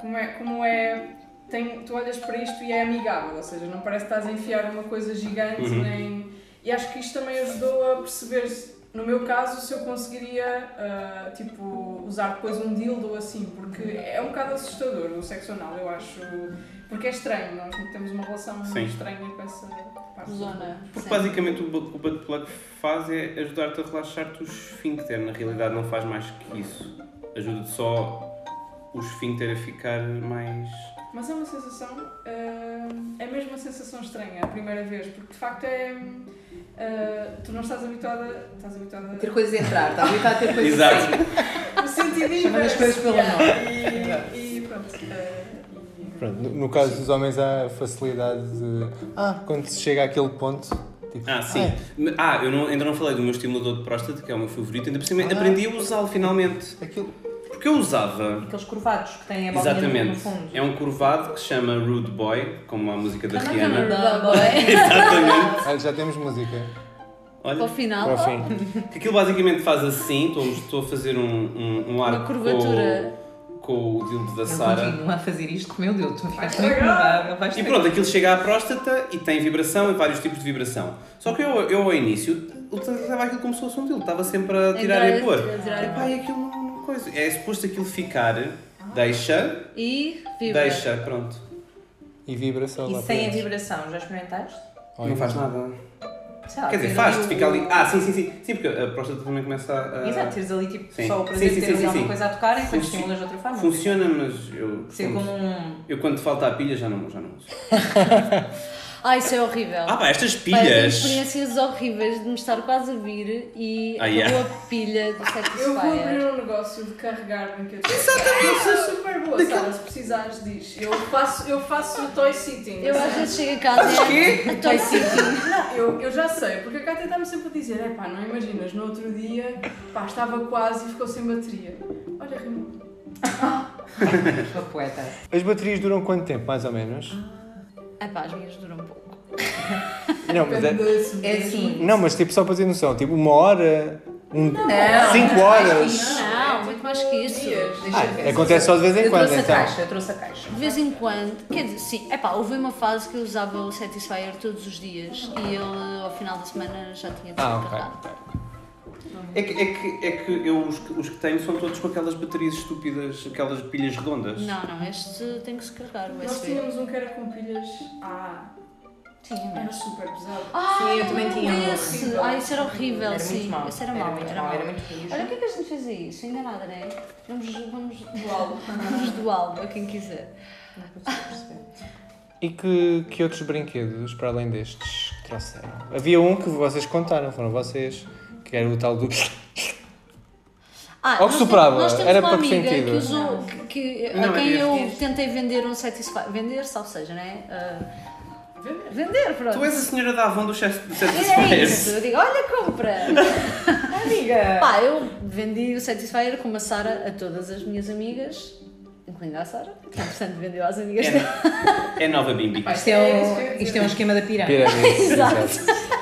como é, como é tem, tu olhas para isto e é amigável, ou seja, não parece que estás a enfiar uma coisa gigante,
Uhum.
nem... E acho que isto também ajudou a perceber, se- no meu caso, se eu conseguiria, eh, tipo, usar depois um dildo ou assim, porque é um bocado assustador o sexo anal, eu acho, porque é estranho, nós temos uma relação
Sim.
estranha com essa parte.
Zona.
Porque
Sim.
basicamente o bu- o butt plug faz é ajudar-te a relaxar-te o esfíncter. Na realidade não faz mais que isso. Ajuda-te só o esfíncter a ficar mais...
Mas é uma sensação, ah, é mesmo uma sensação estranha a primeira vez, porque de facto é. ah, tu não estás habituada. Estás habituada
Ter coisas a entrar, está habituado a ter coisas a
Exato.
a sentir
Chamando as coisas pelo
E, e pronto. ah, e-
Pronto, no- no caso dos homens há a facilidade de. Ah, quando se chega àquele ponto. Tipo,
Ah, sim. Ah, eu não- ainda não falei do meu estimulador de próstata, que é o meu favorito. Ainda por cima aprendi a usá-lo finalmente.
"Ah, aquilo.
Porque eu usava...
Aqueles curvados que têm É a bolinha
Exatamente.
no fundo.
É um curvado que se chama Rude Boy, como a música da
Também
Rihanna.
é Boy.
Exatamente.
Ah, já temos música.
Para o
Olha,
final,
Para o fim.
que aquilo basicamente faz assim, estou, estou a fazer um, um, um
uma
arco
curvatura.
com, com o dildo da
Ele
Sara.
continua a fazer isto com o meu Deus, tu ficaste muito incomodada. vais
E
ter-
pronto, aquilo chega à próstata e tem vibração e vários tipos de vibração. Só que eu, eu ao início utilizava aquilo como se fosse um dildo, estava sempre a tirar e a pôr.
A tirar e
Epá, e aquilo não, não coisa. É suposto aquilo ficar, deixa,
E vibra.
deixa, pronto.
E vibra só lá
E sem a
para dentro.
vibração, já experimentaste?
Olha,
não faz nada.
Sei lá,
Quer dizer,
teres
faz,
Tá, ali
fica
o-
ali. Ah, sim, sim, sim. Sim, porque a próstata também começa a.
Exato, teres ali tipo
Sim.
só o
Sim,
prazer
sim,
de teres
sim,
ali
sim.
alguma coisa a tocar e depois
Funci-
estimulas de outra forma.
Funciona, mas eu.
Ser como um.
Eu quando falta a pilha já não, já não uso.
Ah, isso é horrível.
Ah pá, estas
Pá, eu
é
tenho
pilhas!
experiências horríveis de me estar quase a vir e
Ah,
acabou
yeah.
a pilha do
Eu vou abrir
Satisfyer.
um negócio de carregar brinquedos. Exatamente! Eu sou super boa, Sara, se precisares, diz. Eu faço, eu faço toy sitting.
Eu às vezes chego a casa e é Toy City.
Não, eu, eu já sei, porque a Cátia está-me sempre a dizer: é pá, não imaginas, no outro dia, pá, estava quase e ficou sem bateria. Olha, Rimo.
Uma poeta.
As baterias duram quanto tempo, mais ou menos?
Ah pá, as minhas duram um pouco.
Não, mas é.
É assim.
Não, mas tipo, só para ter noção, tipo, uma hora, um,
Não,
cinco
não,
horas. Ah,
acho que
É
Não, muito
tipo
Eu acho que isso-
Dias.
Deixa eu ver.
acontece só de vez em
eu
quando,
trouxe
então.
a caixa, eu trouxe a caixa.
De vez em quando, quer dizer, sim, é pá, houve uma fase que eu usava o Satisfyer todos os dias e ele ao final da semana já tinha
Ah, ok.
descarregado.
É que, é que, é que eu, os, que- os que tenho são todos com aquelas baterias estúpidas, aquelas pilhas redondas.
Não, não, este tem que se carregar o
Nós
USB.
tínhamos um que era com pilhas. Ah,
Tinha.
era super pesado.
Ah,
Sim, eu também tinha um.
Esse. Ah, isso era horrível,
Era
sim.
muito mau.
Esse era mau,
muito
era
mau,
mau.
era muito rijo.
Olha, o que é que a gente fez a isso? Ainda nada, né? Vamos, vamos doá-lo. Vamos doá-lo a quem quiser.
E que, que outros brinquedos, para além destes, que trouxeram? Havia um que vocês contaram, foram vocês, que era o tal do...
Ah,
Ao que
nós
soprava,
temos- nós temos
era
uma
para que
amiga
sentido?
que usou, que, que-
Não,
a quem
era
eu
este.
tentei vender um Satisfyer. Vender-se, ou seja, né? Ah, vender, pronto.
Tu és a senhora da Avon do Chest do Chest
Era
Space.
isso, eu digo, olha, compra!
Amiga!
Pá, eu vendi o Satisfyer com uma Sara a todas as minhas amigas, incluindo a Sara, que portanto vendeu às
É,
amigas dela.
É nova Bimbi.
Isto é, um, isto é um esquema da pirâmide.
Pirâmides, exato.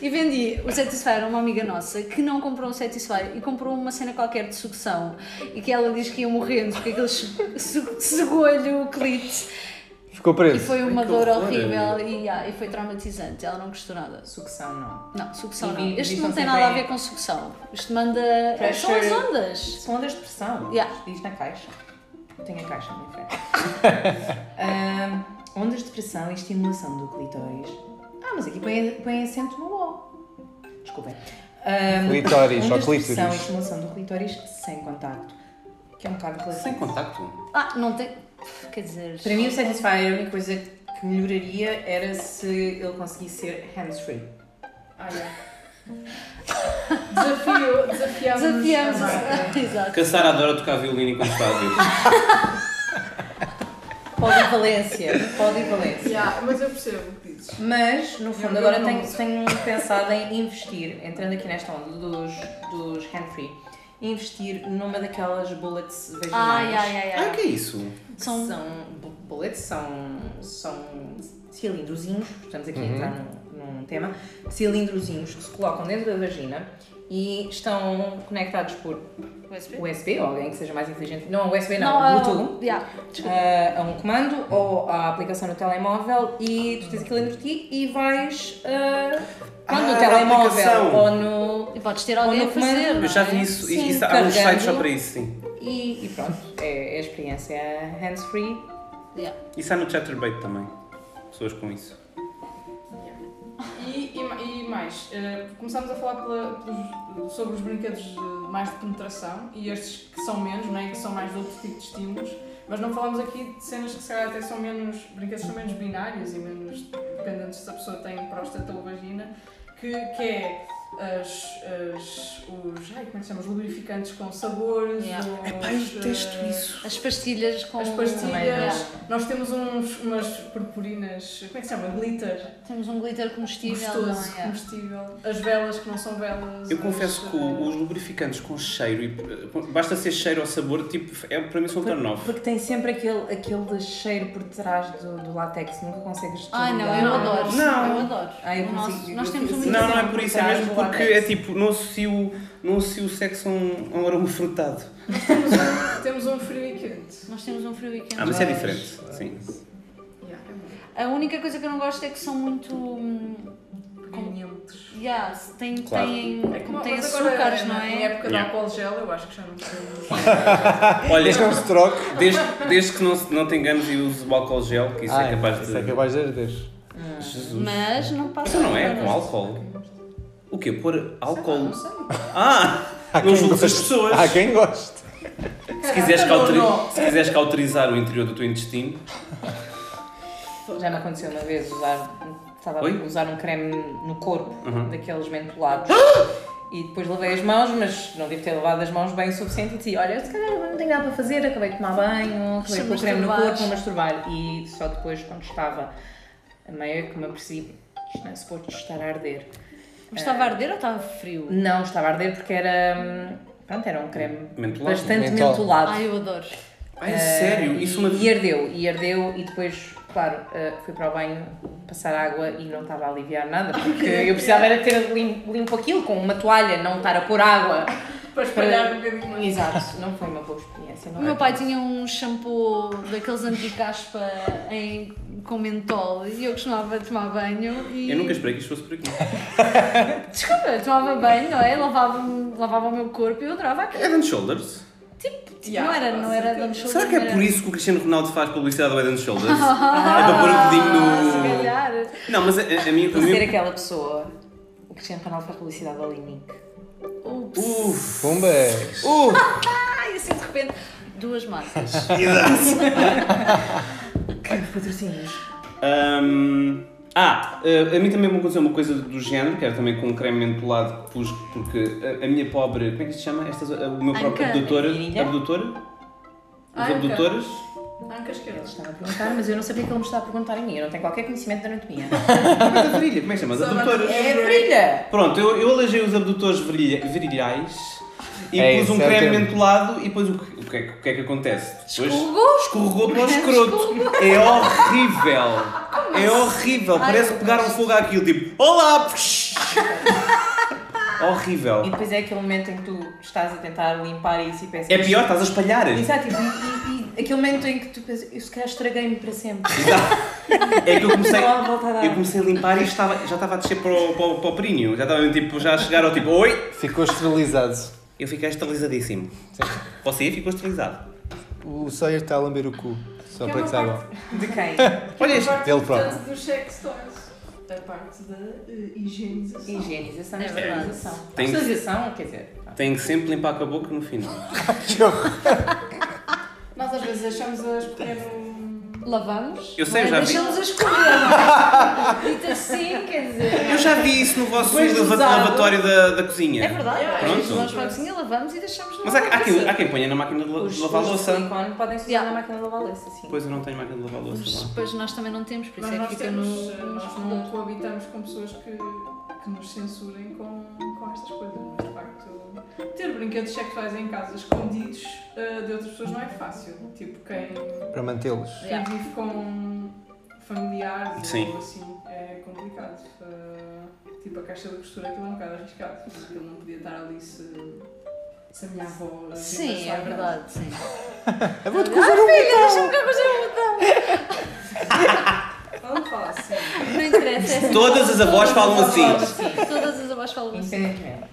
E vendi o Satisfyer a uma amiga nossa que não comprou um Satisfyer e comprou uma cena qualquer de sucção e que ela diz que ia morrendo porque aquele su- su- segolho, o clite,
Ficou
e
preso.
foi uma
que
dor
horror.
horrível e, ah, e foi traumatizante. Ela não gostou nada.
Sucção não.
Não, sucção
E
não.
vi-
Este
vi
não tem
sempre
nada a
bem-
ver com sucção. Isto manda. São as
Pressure.
ondas.
São ondas de pressão.
Yeah.
Diz na caixa. Eu tenho a caixa à minha frente. Ahm, ondas de pressão e estimulação do clitóris. Ah, mas aqui põe, põe acento no O. Desculpem. Ahm,
Clitóris, ou
ondas de pressão
clítoris.
e estimulação do clitóris sem contacto. Que é um bocado relativo.
Sem contacto.
Ah, não tem. Quer dizer.
Para mim, o Satisfyer, a única coisa que melhoraria era se ele conseguisse ser hands-free.
Ah, yeah. Desafio, desafiamos.
Desafiamos.
a marca.
Exato.
Que a Sara adora tocar violino enquanto está a ouvir.
Polivalência. Polivalência.
Yeah, mas eu percebo o que dizes.
Mas, no fundo,
Eu
agora
não
tenho,
uso.
tenho pensado em investir, entrando aqui nesta onda dos, dos hand-free, investir numa daquelas bullets
Ai,
vaginais.
ai, ai,
Ah, o
ai.
que é isso?
que
São-
São, bu- bullets, são, são cilindrozinhos, estamos aqui a entrar num, num tema, cilindrozinhos que se colocam dentro da vagina e estão conectados por
USB?
USB, ou alguém que seja mais inteligente, não USB não,
Não,
Bluetooth.
ah, yeah.
Ah, a um comando ou à aplicação no telemóvel e tu tens aquilo dentro de ti e vais ah, pronto,
Ah,
no
na
telemóvel
aplicação.
ou no.
E podes ter alguém
Ou
a
no
fazer.
comando.
não
Eu já
é?
vi isso.
Sim,
isso há uns
carregando.
sites só para isso, sim.
E, e pronto, é, é a experiência hands-free.
Yeah.
Isso há no Chatterbait também. Pessoas com isso.
E, e- e mais, eh, começámos a falar pela- pelos- sobre os brinquedos eh, mais de penetração e estes que são menos, né, que são mais de outro tipo de estímulos, mas não falámos aqui de cenas que se calhar até são menos, brinquedos que são menos binários e menos dependentes se a pessoa tem próstata ou vagina, que, que é as, as- os, ai, como é que se chama, os lubrificantes com sabores,
Yeah.
os, eh,
As pastilhas com.
As
Também,
pastilhas,
Yeah.
nós temos uns, umas purpurinas, como é que se chama? Glitter.
Temos um glitter comestível.
Gostoso,
não é?
comestível. As velas que não são velas.
Eu
as-
confesso que o- os lubrificantes com cheiro, e eh, basta ser cheiro ou sabor, tipo, é, para mim são turn off.
Porque tem sempre aquele, aquele cheiro por trás do, do látex, nunca consegues.
Ai não, eu
desligar.
adoro.
Não.
Eu adoro.
Ai, eu
O nosso-
consigo-
nós temos um
eu-
Não,
glitter-
não é por isso, é mesmo porque é tipo, não associo, não associo o sexo a um, a um aroma frutado.
Temos um, temos um frio e quente.
Nós temos um frio weekend.
Ah, mas isso é diferente, sim.
é
A única coisa que eu não gosto é que são muito. hum,
Convenientes.
Yeah, se tem,
Claro.
têm,
É
como tem
mas agora, né?
açúcares,
na-
não
Em
é?
época
Yeah.
de álcool gel, eu acho que já não temos.
Olha,
Desde que não se troque.
desde, desde que não, se- não tengamos e use o álcool gel, que isso é
Ai,
capaz de.
Isso é capaz de arder.
Jesus.
Mas não passa.
Isso não é
para
com
nós.
álcool. O quê? Pôr álcool?
Não sei.
Ah!
Há
Não
quem
julgues as
goste.
pessoas.
Há Ah, quem goste.
Se quiseres, cauteri-
não.
se quiseres cauterizar o interior do teu intestino,
Já me aconteceu uma vez usar, estava
Oi?
a usar um creme no corpo
Uhum.
daqueles mentolados. E depois lavei as mãos, mas não devo ter lavado as mãos bem o suficiente e disse, olha, se calhar agora não tenho nada para fazer, acabei de tomar banho, acabei de pôr creme no corpo,
masturbar-te.
vou masturbar. E só depois, quando estava a meio, é que me apercebi, isto não é suposto estar a arder.
Mas estava a arder ou estava frio?
Não, estava a arder porque era, hum, pronto, era um creme
mentolado.
bastante
Mentol.
mentolado.
Ai, eu adoro.
Ai, é sério? Isso uma
E ardeu, e ardeu, e depois, claro, eh, fui para o banho passar água e não estava a aliviar nada, porque eu precisava era ter lim- limpo aquilo com uma toalha, não estar a pôr água
para espalhar um bocadinho mais.
Exato, não foi uma boa experiência. Não é?
O meu pai tinha um shampoo daqueles anti-caspa em- com mentol e eu costumava tomar banho e...
Eu nunca esperei que isto fosse por aqui.
Desculpa, eu tomava banho, não é? Lavava, lavava o meu corpo e eu adorava aquilo. Tipo,
Head and Shoulders?
não era, não era Dom Chulé,
Será que é
era-
por isso que o Cristiano Ronaldo faz publicidade do Head and Shoulders? é para pôr um
Se
bocadinho no...
calhar.
Não, mas a, a, a minha... A
Vou ser
minha...
aquela pessoa. O Cristiano Ronaldo faz publicidade ao Linique.
Uf,
Pumba!
Ai, assim de repente, duas marcas.
Patrocínios.
Hum, ah, eh, a mim também me aconteceu uma coisa do género, que era também com um creme mentolado que pus, porque a, a minha pobre. Como é que isto se chama? Estas, a- o meu próprio
Anca,
abdutor.
virilha?
Abdutor? Os
Anca.
abdutores?
Anca esquerda.
Estava a perguntar, Ah, mas eu não sabia que ele me estava a perguntar a mim. Eu não tenho qualquer conhecimento de anatomia.
Como é que é a virilha? Como é que se chama? Os
Só
Abdutores.
É brilha!
Pronto, eu, eu alejei os abdutores virilha- virilhais e
É
pus
isso,
um
é o
creme
termo.
mentolado e depois o que, o que, é, que- o que é que acontece? Depois
Escorregou?
escorregou para o escroto. É horrível. É horrível.
Ai,
Parece
eu
que pegaram fogo àquilo, tipo, olá! horrível.
E depois é aquele momento em que tu estás a tentar limpar isso e pensas.
É pior, estás a espalhar.
Ah, tipo,
Exato, e, e- e aquele momento em que tu pensas, eu se calhar estraguei-me para sempre.
É que eu comecei,
Não há volta a dar.
eu comecei a limpar e estava, já estava a descer para o, para o, para o perinho. Já estava tipo, já a chegar ao tipo, oi!
Ficou esterilizado.
Eu fiquei esterilizadíssimo. Você ficou esterilizado.
O Sawyer está a lamber o cu. Só
Que é
para
uma
que saibam.
parte-
De quem?
que é
Olha
uma
isto.
parte
Ele
importante
próprio.
dos sex toys. A parte da eh, higienização.
Higienização,
É verdade.
esterilização.
Tem-
Esterilização, quer dizer.
Tenho que sempre limpar com a boca no final.
Nós às vezes achamos a escolher um.
Lavamos?
Eu sei,
não
eu já
é?
vi.
Deixamos a escolher. Dito assim, quer dizer.
Eu já vi isso no vosso
Depois de
lava-
usado.
lavatório da, da cozinha.
É verdade.
Yeah,
Pronto.
Às vezes Nós para a cozinha, lavamos e deixamos no
Mas há, há quem,
lavadouro.
há quem ponha na máquina de, la- de lavar
os de
louça.
silicone podem se usar
Yeah.
na máquina de lavar louça, sim.
Pois eu não tenho máquina de lavar louça lá.
Depois nós também não temos, por isso
Mas
é
nós
que fica
temos,
no.
eh, nós não coabitamos com pessoas que, que nos censurem com, com estas coisas, mas de facto ter brinquedos sexuais em casa escondidos eh, de outras pessoas não é fácil. Tipo, quem,
Para mantê-los.
quem
Yeah.
vive com familiares
Sim.
ou assim é complicado. Eh, tipo, a caixa da costura aquilo é um bocado arriscado, porque ele não podia estar ali se, se a minha avó. a
Sim,
vinha passar
é
a
verdade, sim. Ah,
Eu vou-te cozer um
Deixa-me cá fazer um botão.
casa. Ela fala assim.
Não interessa. é assim.
Todas as avós falam assim.
Todas as avós falam assim.
Independentemente.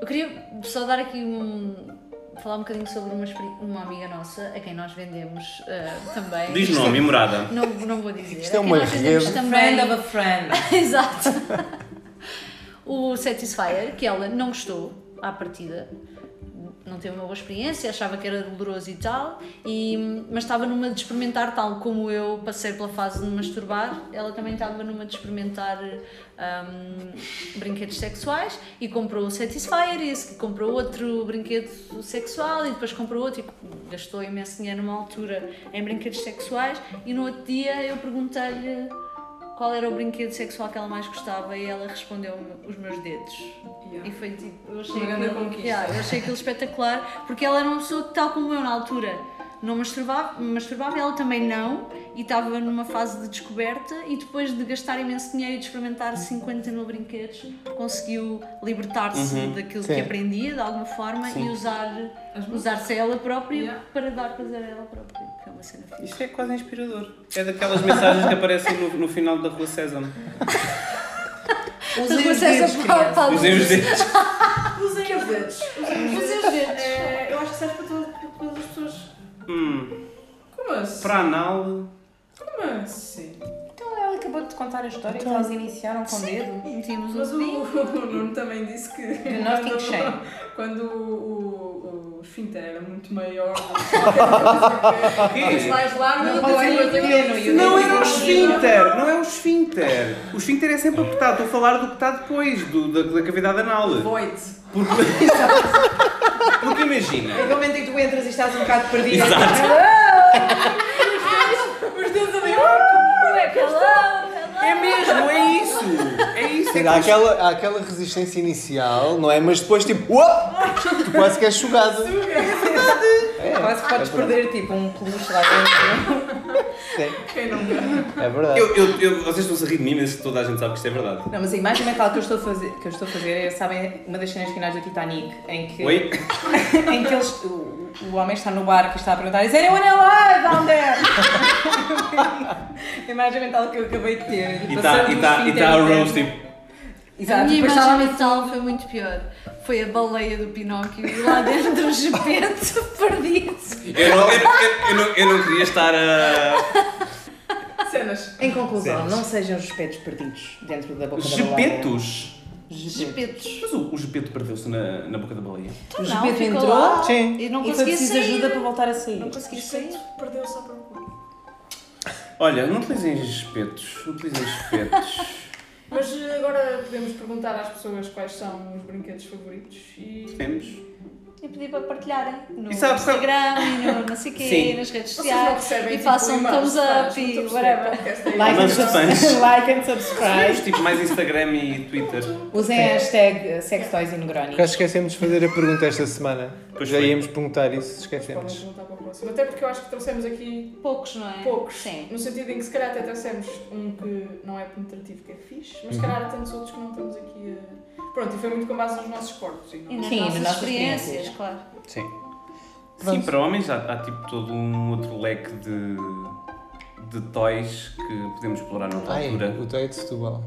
Eu queria só dar aqui um. falar um bocadinho sobre uma, experi- uma amiga nossa, a quem nós vendemos ah, também.
Diz nome e morada.
Não, não vou dizer.
Isto é
A quem
uma
nós vendemos
rede.
também.
Friend of a friend.
Exato. o Satisfyer, que ela não gostou à partida. Não teve uma boa experiência, achava que era doloroso e tal, e, mas estava numa de experimentar, tal como eu passei pela fase de me masturbar, ela também estava numa de experimentar hum, brinquedos sexuais e comprou o Satisfyer, e esse que comprou outro brinquedo sexual, e depois comprou outro e gastou imenso dinheiro numa altura em brinquedos sexuais. E no outro dia eu perguntei-lhe qual era o brinquedo sexual que ela mais gostava e ela respondeu os meus dedos.
Yeah.
E foi tipo, eu achei,
Uma grande
aquilo,
conquista.
Yeah, eu achei aquilo espetacular, porque ela era uma pessoa que, tal como eu na altura, não masturbava, masturbava ela também não, e estava numa fase de descoberta, e depois de gastar imenso dinheiro e de experimentar 50 mil brinquedos, conseguiu libertar-se daquilo que
Sim.
aprendia, de alguma forma, e usar,
As mãos.
usar-se a ela própria
Yeah.
para dar prazer a ela própria, que é uma cena fixe.
Isto é quase inspirador. É daquelas mensagens que aparecem no, no final da Rua Sésamo.
Usem os dedos, crianças.
Usem os dedos.
Usem os dedos. Usem os dedos. Eh, eu acho que serve para todo- para todas as pessoas.
Hum,
Como assim?
para anal.
Como assim?
Então ela acabou de contar a história
Então-
que elas iniciaram com o dedo.
Metimos
Mas
um
o,
dedinho.
o Nuno também disse que.
Do Nothing Shame.
Quando o, o, o esfíncter era muito maior. Os mais largos do que o
Não é o esfíncter, não é o esfíncter. O esfíncter é sempre apertado. Estou a falar do que está depois, do- da, da cavidade anal.
Void.
Porque, porque imagina.
No momento em que tu entras e estás um bocado perdida.
Os dedos ali.
É mesmo, é isso. É isso.
Sim, há, aquela, há aquela resistência inicial, não é? Mas depois, tipo, uop! Tu quase que és sugado. É é.
Quase que podes
é verdade.
perder tipo um peluche lá dentro.
Sim,
Quem nunca?
é verdade.
Eu, eu, eu, vocês estão-se a rir de mim, mas toda a gente sabe que isto é verdade.
Não, mas a imagem mental que eu estou a fazer, que eu estou a fazer é, sabem, uma das cenas finais do Titanic em que,
Oi?
em que eles, o, o homem está no barco e está a perguntar: Is anyone alive down there? a imagem mental que eu acabei de ter.
E está e tá, e tá a Rose tipo.
Exato,
a minha
depois
imagem
estava a
mental foi muito pior. Foi a baleia do Pinóquio e lá dentro um jepente perdido.
Eu não, eu, eu- eu não, eu não queria estar a.
Cenas.
Em conclusão, não sejam os espetos perdidos dentro da boca da baleia.
Gepetos!
Então
Gepeto.
Jepetos.
Mas o, o gepeto perdeu-se na, na boca da baleia.
O
Não,
gepeto
ficou
entrou
lá
Sim.
E não
e foi
conseguia
preciso
sair.
ajuda para voltar a sair.
Não conseguia sair.
Perdeu só para o
Olha, não utilizem espetos. Não utilizem espetos.
Mas eh, agora podemos perguntar às pessoas quais são os brinquedos favoritos e.
Temos.
E pedi para partilharem no
E sabe- sabe-
Instagram e no não sei quê,
é Sim.
nas redes
Vocês não
sociais.
recebem
E
tipo,
façam
e-mails
thumbs
de fãs, não
up e
estou a perceber
whatever.
o podcast é
Like
isso.
and,
Mas fãs.
subscribe. like and subscribe.
Temos tipo mais Instagram e Twitter.
Usem a hashtag eh, sextoys e negroni.
Acho que esquecemos de fazer a pergunta esta semana.
Pois
Já
foi.
íamos perguntar isso,
Podem
esquecemos.
perguntar para o próximo. Até porque eu acho que trouxemos aqui
Poucos, não é?
poucos.
Sim.
No sentido em que se calhar até trouxemos um que não é penetrativo, que é fixe, mas se calhar há tantos outros que não estamos aqui a. Pronto, e foi muito com base nos nossos corpos. E
E
não...
nas
Sim,
nossas,
nas nossas
experiências,
experiências.
claro.
Sim. Sim,
Vamos.
para homens há, há tipo todo um outro leque de, de toys que podemos explorar noutra
Ai,
altura.
o Toy de Setúbal.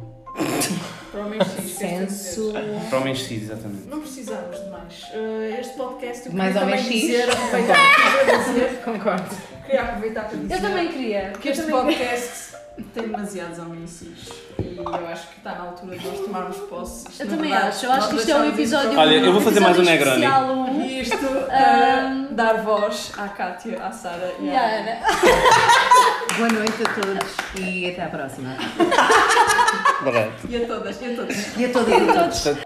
Para o menos sim,
Senso.
Para homens sim, exatamente.
Não precisamos de mais. Eh, este podcast eu
Mais
queria
ou menos
também
X.
dizer, aproveitar, queria dizer,
Concordo.
queria aproveitar para dizer
Eu também queria.
que este podcast tem demasiados homicídios e eu acho que está na altura de nós tomarmos posse. Isto,
Eu
na
também
verdade,
acho. Eu acho
nós
que isto é um
deixámos de
episódio.
provar-
Olha, eu vou fazer mais um
episódio
Negroni.
especial, um-
E isto
Ahm.
eh, dar voz à Kátia, à Sara e
E
à
a Ana.
Boa noite a todos e até à próxima.
Barato.
E a todas, e a todos.
E a todos e a todos.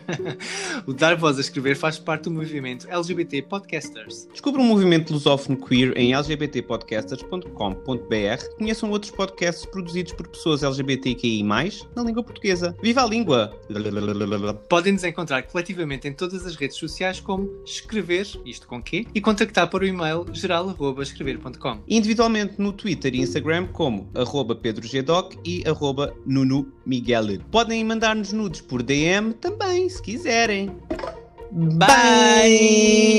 O Dar Voz a Escrever faz parte do movimento LGBT Podcasters.
Descubra o movimento lusófono queer em lgbtpodcasters.com.br. Conheçam outros podcasts produzidos por pessoas LGBTQI+, na língua portuguesa. Viva a língua!
Podem nos encontrar coletivamente em todas as redes sociais, como escrever, isto com quê, e contactar por o e-mail geral.escrever.com.
Individualmente no Twitter e Instagram como arroba pedrogdoc e arroba nunumiguel. Podem mandar-nos nudes por DM também, se quiserem. Bye.